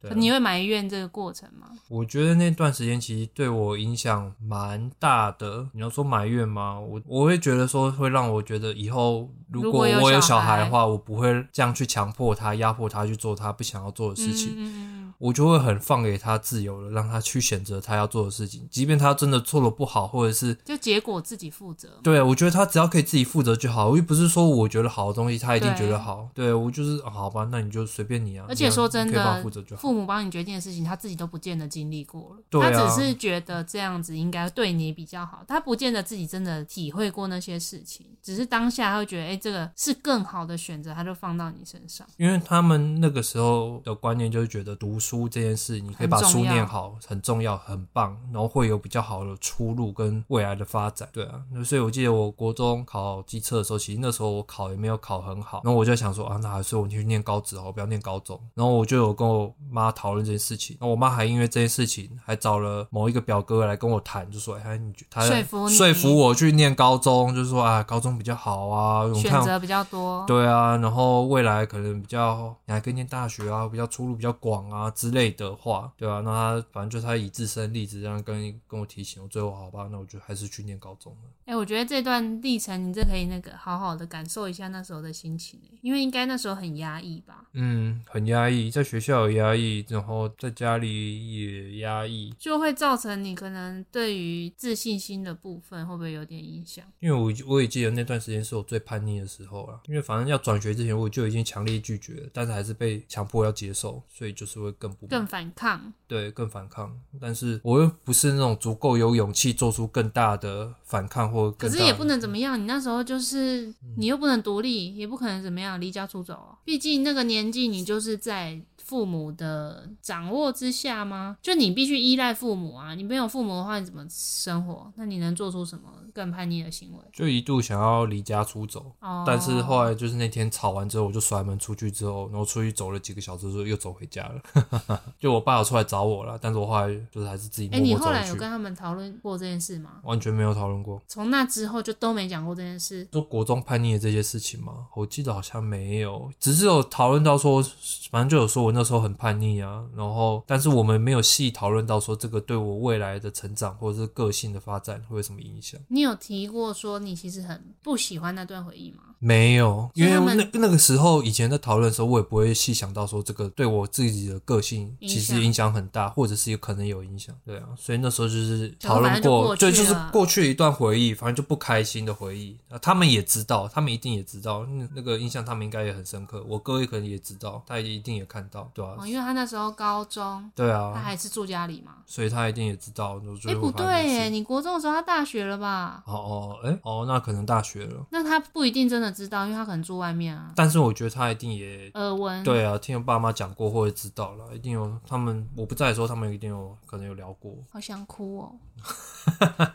Speaker 1: 对啊
Speaker 2: 你会埋怨这个过程吗？
Speaker 1: 我觉得那段时间其实对我影响蛮大的。你要说埋怨吗？我我会觉得说会让我觉得以后如
Speaker 2: 如
Speaker 1: 果
Speaker 2: 果有
Speaker 1: 我有
Speaker 2: 小
Speaker 1: 小孩的
Speaker 2: 孩
Speaker 1: 话，我不会这样去强迫他、压迫他去做他不想要做的事情。
Speaker 2: 嗯嗯
Speaker 1: 我就会很放给他自由了，让他去选择他要做的事情，即便他真的做的不好，或者是
Speaker 2: 嗯，就结果自己负责。
Speaker 1: 对我觉得他只要可以自己负责就好，又不是说我觉得好的东西他一定
Speaker 2: 对
Speaker 1: 觉得好。对我就是、啊好吧，那你就随便你啊。
Speaker 2: 而且
Speaker 1: 你要
Speaker 2: 说真
Speaker 1: 你可以帮我
Speaker 2: 的
Speaker 1: 负责就，好。
Speaker 2: 父母帮你决定的事情，他自己都不见得经历过了。
Speaker 1: 对啊
Speaker 2: 他只是觉得这样子应该对你比较好，他不见得自己真的体会过那些事情，只是当下他会觉得，哎、这个是更好的选择，他就放到你身上。
Speaker 1: 因为他们那个时候的观念就是觉得读书这件事，你可以把书念好很重要，很棒，然后会有比较好的出路跟未来的发展。对啊，那所以我记得我国中考机测的时候，其实那时候我考也没有考很好，然后我就在想说啊，那还是我去念高职好，哦我不要念高中。然后我就有跟我妈讨论这件事情，那我妈还因为这件事情还找了某一个表哥来跟我谈，就说哎，你觉他
Speaker 2: 说服你
Speaker 1: 说服我去念高中，就是说啊，高中比较好啊，我
Speaker 2: 选
Speaker 1: 看
Speaker 2: 择比较多，
Speaker 1: 对啊，然后未来可能比较你还可以念大学啊，比较出路比较广啊之类的话，对啊，那他反正就是他以自身例子这样跟跟我提醒，我最后好吧，那我就还是去念高中了。
Speaker 2: 哎、我觉得这段历程，你这可以那个好好的感受一下那时候的心情、欸，因为应该那时候很压抑吧。
Speaker 1: 嗯，很压抑，在学校有压抑，然后在家里也压抑，
Speaker 2: 就会造成你可能对于自信心的部分会不会有点影响？
Speaker 1: 因为我我也记得那段时间是我最叛逆的时候啊，因为反正要转学之前我就已经强烈拒绝了，但是还是被强迫要接受，所以就是会更不满
Speaker 2: 更反抗，
Speaker 1: 对，更反抗。但是我又不是那种足够有勇气做出更大的反抗或
Speaker 2: 可
Speaker 1: 更大的。嗯
Speaker 2: 是也不能怎么样。你那时候就是你又不能独立，也不可能怎么样离家出走啊。毕竟那个年纪，你就是在父母的掌握之下吗？就你必须依赖父母啊。你没有父母的话，你怎么生活？那你能做出什么更叛逆的行为？
Speaker 1: 就一度想要离家出走，
Speaker 2: 哦，
Speaker 1: 但是后来就是那天吵完之后，我就甩门出去之后，然后出去走了几个小时之后又走回家了。 就我爸有出来找我了，但是我后来就是还是自己
Speaker 2: 哎、
Speaker 1: 默
Speaker 2: 你
Speaker 1: 默走
Speaker 2: 后来有
Speaker 1: 回去，
Speaker 2: 跟他们讨论过这件事吗？
Speaker 1: 完全没有讨论过。
Speaker 2: 从那之后就都没讲过这件事。
Speaker 1: 说国中叛逆的这些事情吗？我记得好像没有，只是有讨论到说，反正就有说我那时候很叛逆啊，然后但是我们没有细讨论到说这个对我未来的成长或者是个性的发展会有什么影响。
Speaker 2: 你有提过说你其实很不喜欢那段回忆吗？
Speaker 1: 没有，因为
Speaker 2: 所以他
Speaker 1: 那
Speaker 2: 们
Speaker 1: 那个时候以前在讨论的时候，我也不会细想到说这个对我自己的个性
Speaker 2: 影
Speaker 1: 其
Speaker 2: 响
Speaker 1: 实影响很大，或者是有可能有影响。对啊，所以那时候就是
Speaker 2: 想说
Speaker 1: 讨论
Speaker 2: 反正就过去
Speaker 1: 对，就是
Speaker 2: 了
Speaker 1: 过去一段回忆，反正就不开心的回忆。啊、他们也知道，他们一定也知道那那个印象，他们应该也很深刻。我哥也可能也知道，他也一定也看到，对啊，
Speaker 2: 哦，因为他那时候高中，
Speaker 1: 对
Speaker 2: 他
Speaker 1: 啊，
Speaker 2: 还是住家里嘛。
Speaker 1: 所以他一定也知道。我
Speaker 2: 哎、
Speaker 1: 最后
Speaker 2: 不
Speaker 1: 发现
Speaker 2: 对
Speaker 1: 是
Speaker 2: 耶，你国中的时候他大学了吧？
Speaker 1: 哦哦，哎、哦，那可能大学了，
Speaker 2: 那他不一定真的知道，因为他可能住外面啊。
Speaker 1: 但是我觉得他一定也
Speaker 2: 耳闻，
Speaker 1: 对啊，听我爸妈讲过或者知道了，一定有他们我不在的时候，他们一定有可能有聊过。
Speaker 2: 好想哭哦。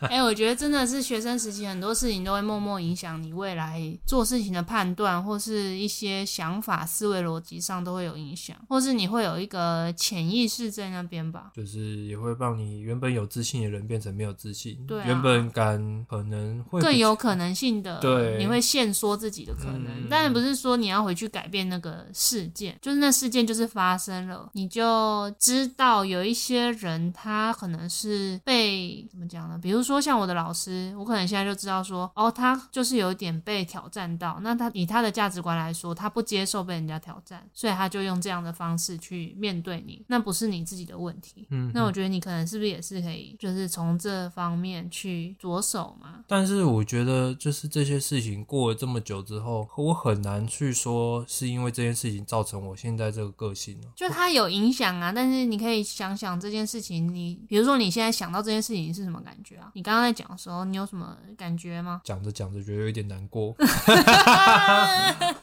Speaker 2: 哎、我觉得真的是学生时期很多事情都会默默影响你未来做事情的判断，或是一些想法、思维逻辑上都会有影响，或是你会有一个潜意识在那边吧。
Speaker 1: 就是也会让你原本有自信的人变成没有自信，
Speaker 2: 对啊
Speaker 1: 原本敢可能会比
Speaker 2: 更有可能性的，
Speaker 1: 对
Speaker 2: 你会限缩自自己的可能
Speaker 1: 嗯。
Speaker 2: 当然不是说你要回去改变那个事件，就是那事件就是发生了，你就知道有一些人他可能是被怎么讲呢？比如说像我的老师，我可能现在就知道说，哦，他就是有点被挑战到。那他以他的价值观来说，他不接受被人家挑战，所以他就用这样的方式去面对你，那不是你自己的问题。
Speaker 1: 嗯，
Speaker 2: 那我觉得你可能是不是也是可以，就是从这方面去着手嘛？
Speaker 1: 但是我觉得，就是这些事情过了这么久之后，我很难去说是因为这件事情造成我现在这个个性啊了。？
Speaker 2: 就它有影响啊，但是你可以想想这件事情，你比如说你现在想到这件事情是什么感觉啊？你刚刚在讲的时候，你有什么感觉吗
Speaker 1: 讲着讲着觉得有一点难过，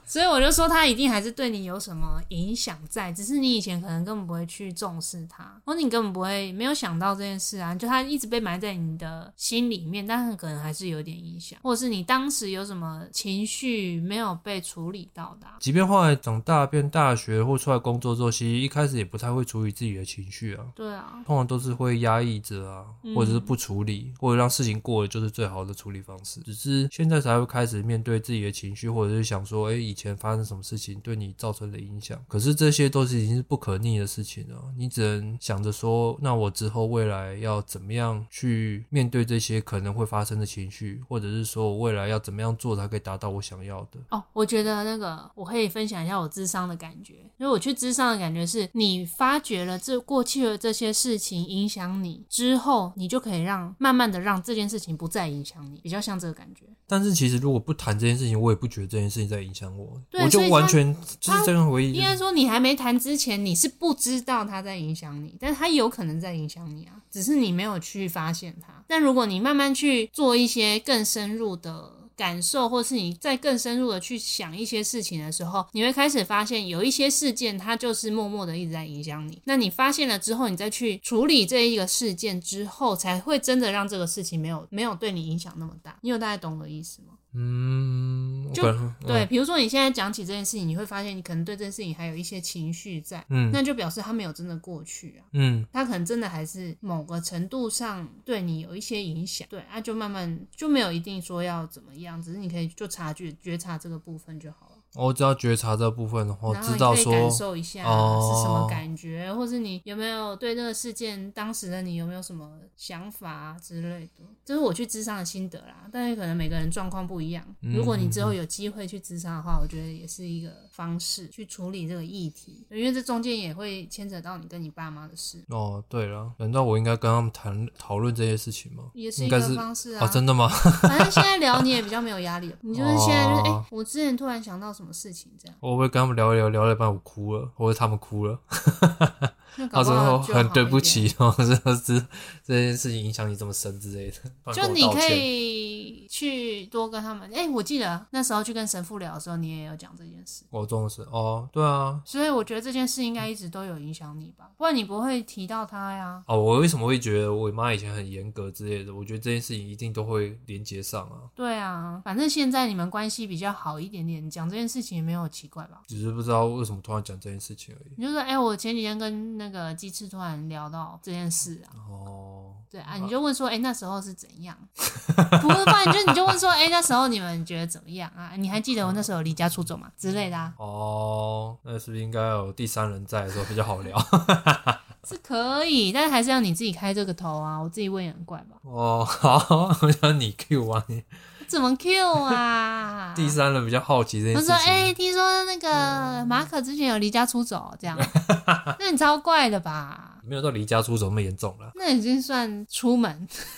Speaker 2: 所以我就说它一定还是对你有什么影响在，只是你以前可能根本不会去重视它，或者你根本不会没有想到这件事啊，就它一直被埋在你的心里面，但是可能还是有点影响，或者是你当时有什么情绪没有被处理到的啊、
Speaker 1: 即便后来长大变大学或出来工作之后，其实一开始也不太会处理自己的情绪啊，
Speaker 2: 对啊，
Speaker 1: 通常都是会压抑着啊，或者是
Speaker 2: 嗯
Speaker 1: 不处理，或者让事情过了就是最好的处理方式。只是现在才会开始面对自己的情绪，或者是想说，哎、以前发生什么事情对你造成的影响。可是这些都是已经是不可逆的事情了，你只能想着说，那我之后未来要怎么样去面对这些可能会发生的情绪，或者是说我未来要怎么样做才可以达到我想要的。
Speaker 2: 哦，我觉得那个我可以分享一下我智商的感觉，因为我去智商的感觉是，你发觉了这过去的这些事情影响你之后，你就可以让慢慢的让这件事情不再影响你，比较像这个感觉。
Speaker 1: 但是其实如果不谈这件事情，我也不觉得这件事情在影响我，
Speaker 2: 对
Speaker 1: 我就
Speaker 2: 所以
Speaker 1: 完
Speaker 2: 他
Speaker 1: 全就是这段回忆、就
Speaker 2: 应
Speaker 1: 是
Speaker 2: 该说你还没谈之前，你是不知道它在影响你，但它有可能在影响你啊，只是你没有去发现它。但如果你慢慢去做一些更深入的。感受，或是你在更深入的去想一些事情的时候，你会开始发现有一些事件，它就是默默的一直在影响你。那你发现了之后，你再去处理这一个事件之后，才会真的让这个事情没有没有对你影响那么大。你有大概懂我的意思吗？
Speaker 1: 嗯，我
Speaker 2: 就
Speaker 1: 可能
Speaker 2: 对，比如说你现在讲起这件事情，你会发现你可能对这件事情还有一些情绪在，
Speaker 1: 嗯
Speaker 2: 那就表示他没有真的过去啊，
Speaker 1: 嗯，
Speaker 2: 他可能真的还是某个程度上对你有一些影响，对，那、就慢慢就没有一定说要怎么样，只是你可以就察觉觉察这个部分就好了。
Speaker 1: 我只要觉察这部分的话，
Speaker 2: 然后
Speaker 1: 哦知
Speaker 2: 你
Speaker 1: 道
Speaker 2: 可以
Speaker 1: 说
Speaker 2: 感受一下
Speaker 1: 哦
Speaker 2: 是什么感觉，或是你有没有对这个事件当时的你有没有什么想法啊之类的。这是我去咨商的心得啦，但是可能每个人状况不一样。
Speaker 1: 嗯
Speaker 2: 如果你之后有机会去咨商的话，我觉得也是一个方式去处理这个议题，因为这中间也会牵扯到你跟你爸妈的事，
Speaker 1: 哦，对了，难道我应该跟他们谈讨论这些事情吗？
Speaker 2: 也是
Speaker 1: 应
Speaker 2: 一
Speaker 1: 该
Speaker 2: 个
Speaker 1: 是
Speaker 2: 方式
Speaker 1: 哦，
Speaker 2: 啊。
Speaker 1: 真的吗？
Speaker 2: 反正现在聊你也比较没有压力了，你就是现在就是哎、
Speaker 1: 哦
Speaker 2: 我之前突然想到什么事情这样，
Speaker 1: 我会跟他们聊一聊，聊了一半我哭了，或者他们哭了，
Speaker 2: 那搞
Speaker 1: 他
Speaker 2: 不
Speaker 1: 说
Speaker 2: 好
Speaker 1: 哦
Speaker 2: 就好
Speaker 1: 很对不
Speaker 2: 一点。
Speaker 1: 起哦，这这这件事情影响你这么深之类的，帮
Speaker 2: 就
Speaker 1: 跟我
Speaker 2: 你
Speaker 1: 道
Speaker 2: 可
Speaker 1: 歉
Speaker 2: 以去多跟他们。哎、我记得那时候去跟神父聊的时候，你也有讲这件事，
Speaker 1: 我重视哦，对啊，
Speaker 2: 所以我觉得这件事应该一直都有影响你吧，不然你不会提到他呀。
Speaker 1: 哦，我为什么会觉得我妈以前很严格之类的？我觉得这件事情一定都会连接上啊，
Speaker 2: 对啊，反正现在你们关系比较好一点点，讲这件事情也没有奇怪吧？
Speaker 1: 只是不知道为什么突然讲这件事情而已。
Speaker 2: 你就说，哎、我前几天跟那个鸡翅突然聊到这件事啊，
Speaker 1: 哦，
Speaker 2: 对啊，你就问说，哎、那时候是怎样？ 不是，不然你就你就问说，哎、那时候你们觉得怎么样啊？你还记得我那时候离家出走吗？之类的啊，
Speaker 1: 哦，那是不是应该要有第三人在的时候比较好聊？
Speaker 2: 是可以，但还是要你自己开这个头啊！我自己问也很怪吧？
Speaker 1: 哦，好，我想你 Q 啊，你？
Speaker 2: 怎么 Q 啊
Speaker 1: 第三人比较好奇这
Speaker 2: 我
Speaker 1: 件事
Speaker 2: 说，
Speaker 1: 情。
Speaker 2: 哎、听说那个马可之前有离家出走， 这样，那你超怪的吧？、
Speaker 1: 没有到离家出走那么严重啦
Speaker 2: 那已经算出门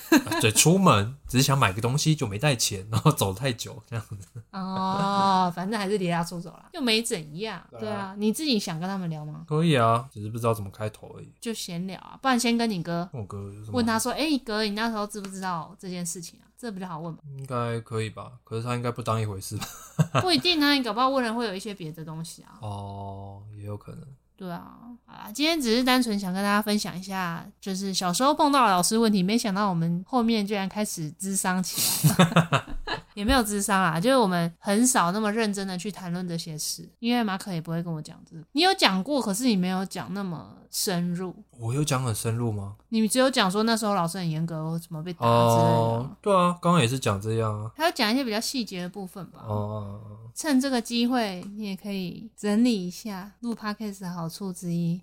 Speaker 1: 啊对，出门只是想买个东西就没带钱，然后走太久这样子。
Speaker 2: 哦，反正还是离家出走了，又没怎样。
Speaker 1: 对啊
Speaker 2: 对啊，你自己想跟他们聊吗？
Speaker 1: 可以啊，只是不知道怎么开头而已。
Speaker 2: 就闲聊啊，不然先跟你哥
Speaker 1: 我哥有什么
Speaker 2: 问他说，哎、哥，你那时候知不知道这件事情啊？这比较好问吧？
Speaker 1: 应该可以吧？可是他应该不当一回事 吧？
Speaker 2: 不一定啊，你搞不好问了会有一些别的东西啊。
Speaker 1: 哦，也有可能。
Speaker 2: 对啊，啊，今天只是单纯想跟大家分享一下，就是小时候碰到的老师问题，没想到我们后面居然开始智商起来了。 也没有智商啊，就是我们很少那么认真的去谈论这些事，因为马可也不会跟我讲这个。你有讲过，可是你没有讲那么深入，
Speaker 1: 我有讲很深入吗？
Speaker 2: 你只有讲说那时候老师很严格，我怎么被打之类的
Speaker 1: 哦
Speaker 2: 啊。，
Speaker 1: 对啊，刚刚也是讲这样啊。
Speaker 2: 还有讲一些比较细节的部分吧。
Speaker 1: 哦，
Speaker 2: 趁这个机会，你也可以整理一下录 podcast 的好处之一。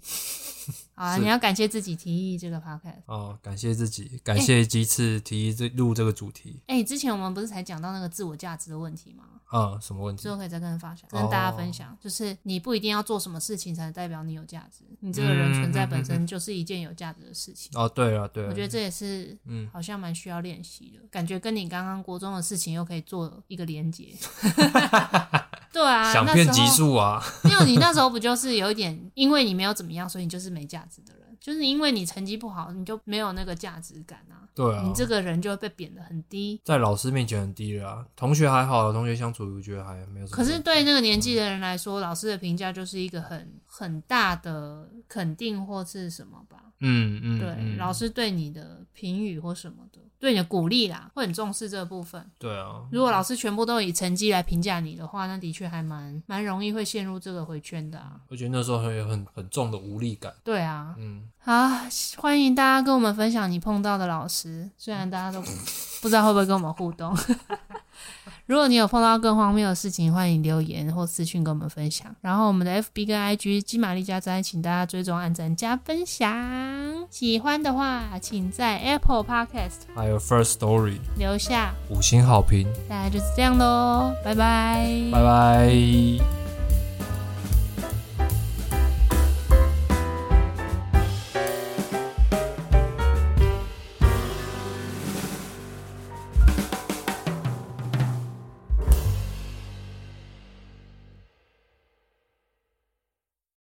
Speaker 2: 好 啊，
Speaker 1: 是
Speaker 2: 你要感谢自己提议这个 podcast。
Speaker 1: 哦，感谢自己，感谢鸡翅提议这录这个主题
Speaker 2: 哎、之前我们不是才讲到那个自我价值的问题吗？
Speaker 1: 啊、什么问题
Speaker 2: 之？后可以再跟人分享，跟大家
Speaker 1: 哦
Speaker 2: 分享，就是你不一定要做什么事情才能代表你有价值，你这个人存在
Speaker 1: 嗯
Speaker 2: 本身就是一件有价值的事情。
Speaker 1: 哦，对了，对
Speaker 2: 我觉得
Speaker 1: 了，
Speaker 2: 这也是，
Speaker 1: 嗯
Speaker 2: 好像蛮需要练习的，感觉跟你刚刚国中的事情又可以做一个连 结。 对啊，
Speaker 1: 想
Speaker 2: 那时
Speaker 1: 骗
Speaker 2: 候
Speaker 1: 集数啊，
Speaker 2: 没有，你那时候不就是有一点，因为你没有怎么样，所以你就是没价值的人，就是因为你成绩不好，你就没有那个价值感啊，
Speaker 1: 对啊
Speaker 2: 你，这个人就会被贬得很低。
Speaker 1: 在老师面前很低了啊，同学还好，同学相处我觉得还没有什么。
Speaker 2: 可是对那个年纪的人来说，老师的评价就是一个很很大的肯定或是什么吧？
Speaker 1: 嗯，嗯嗯，
Speaker 2: 对，老师对你的评语或什么的，对你的鼓励啦，会很重视这部分。
Speaker 1: 对啊，
Speaker 2: 如果老师全部都以成绩来评价你的话，那的确还蛮蛮容易会陷入这个回圈的啊。
Speaker 1: 而且那时候很有很很重的无力感，
Speaker 2: 对啊，
Speaker 1: 嗯，
Speaker 2: 好，欢迎大家跟我们分享你碰到的老师，虽然大家都不不知道会不会跟我们互动。 如果你有碰到更荒谬的事情，欢迎留言或私讯跟我们分享。然后我们的 FB 跟 IG 金玛丽加赞，请大家追踪、按赞、加分享。喜欢的话，请在 Apple Podcast
Speaker 1: 还有 First Story
Speaker 2: 留下。嗯
Speaker 1: 五星好评，
Speaker 2: 大概就是这样喽，拜拜
Speaker 1: 拜拜。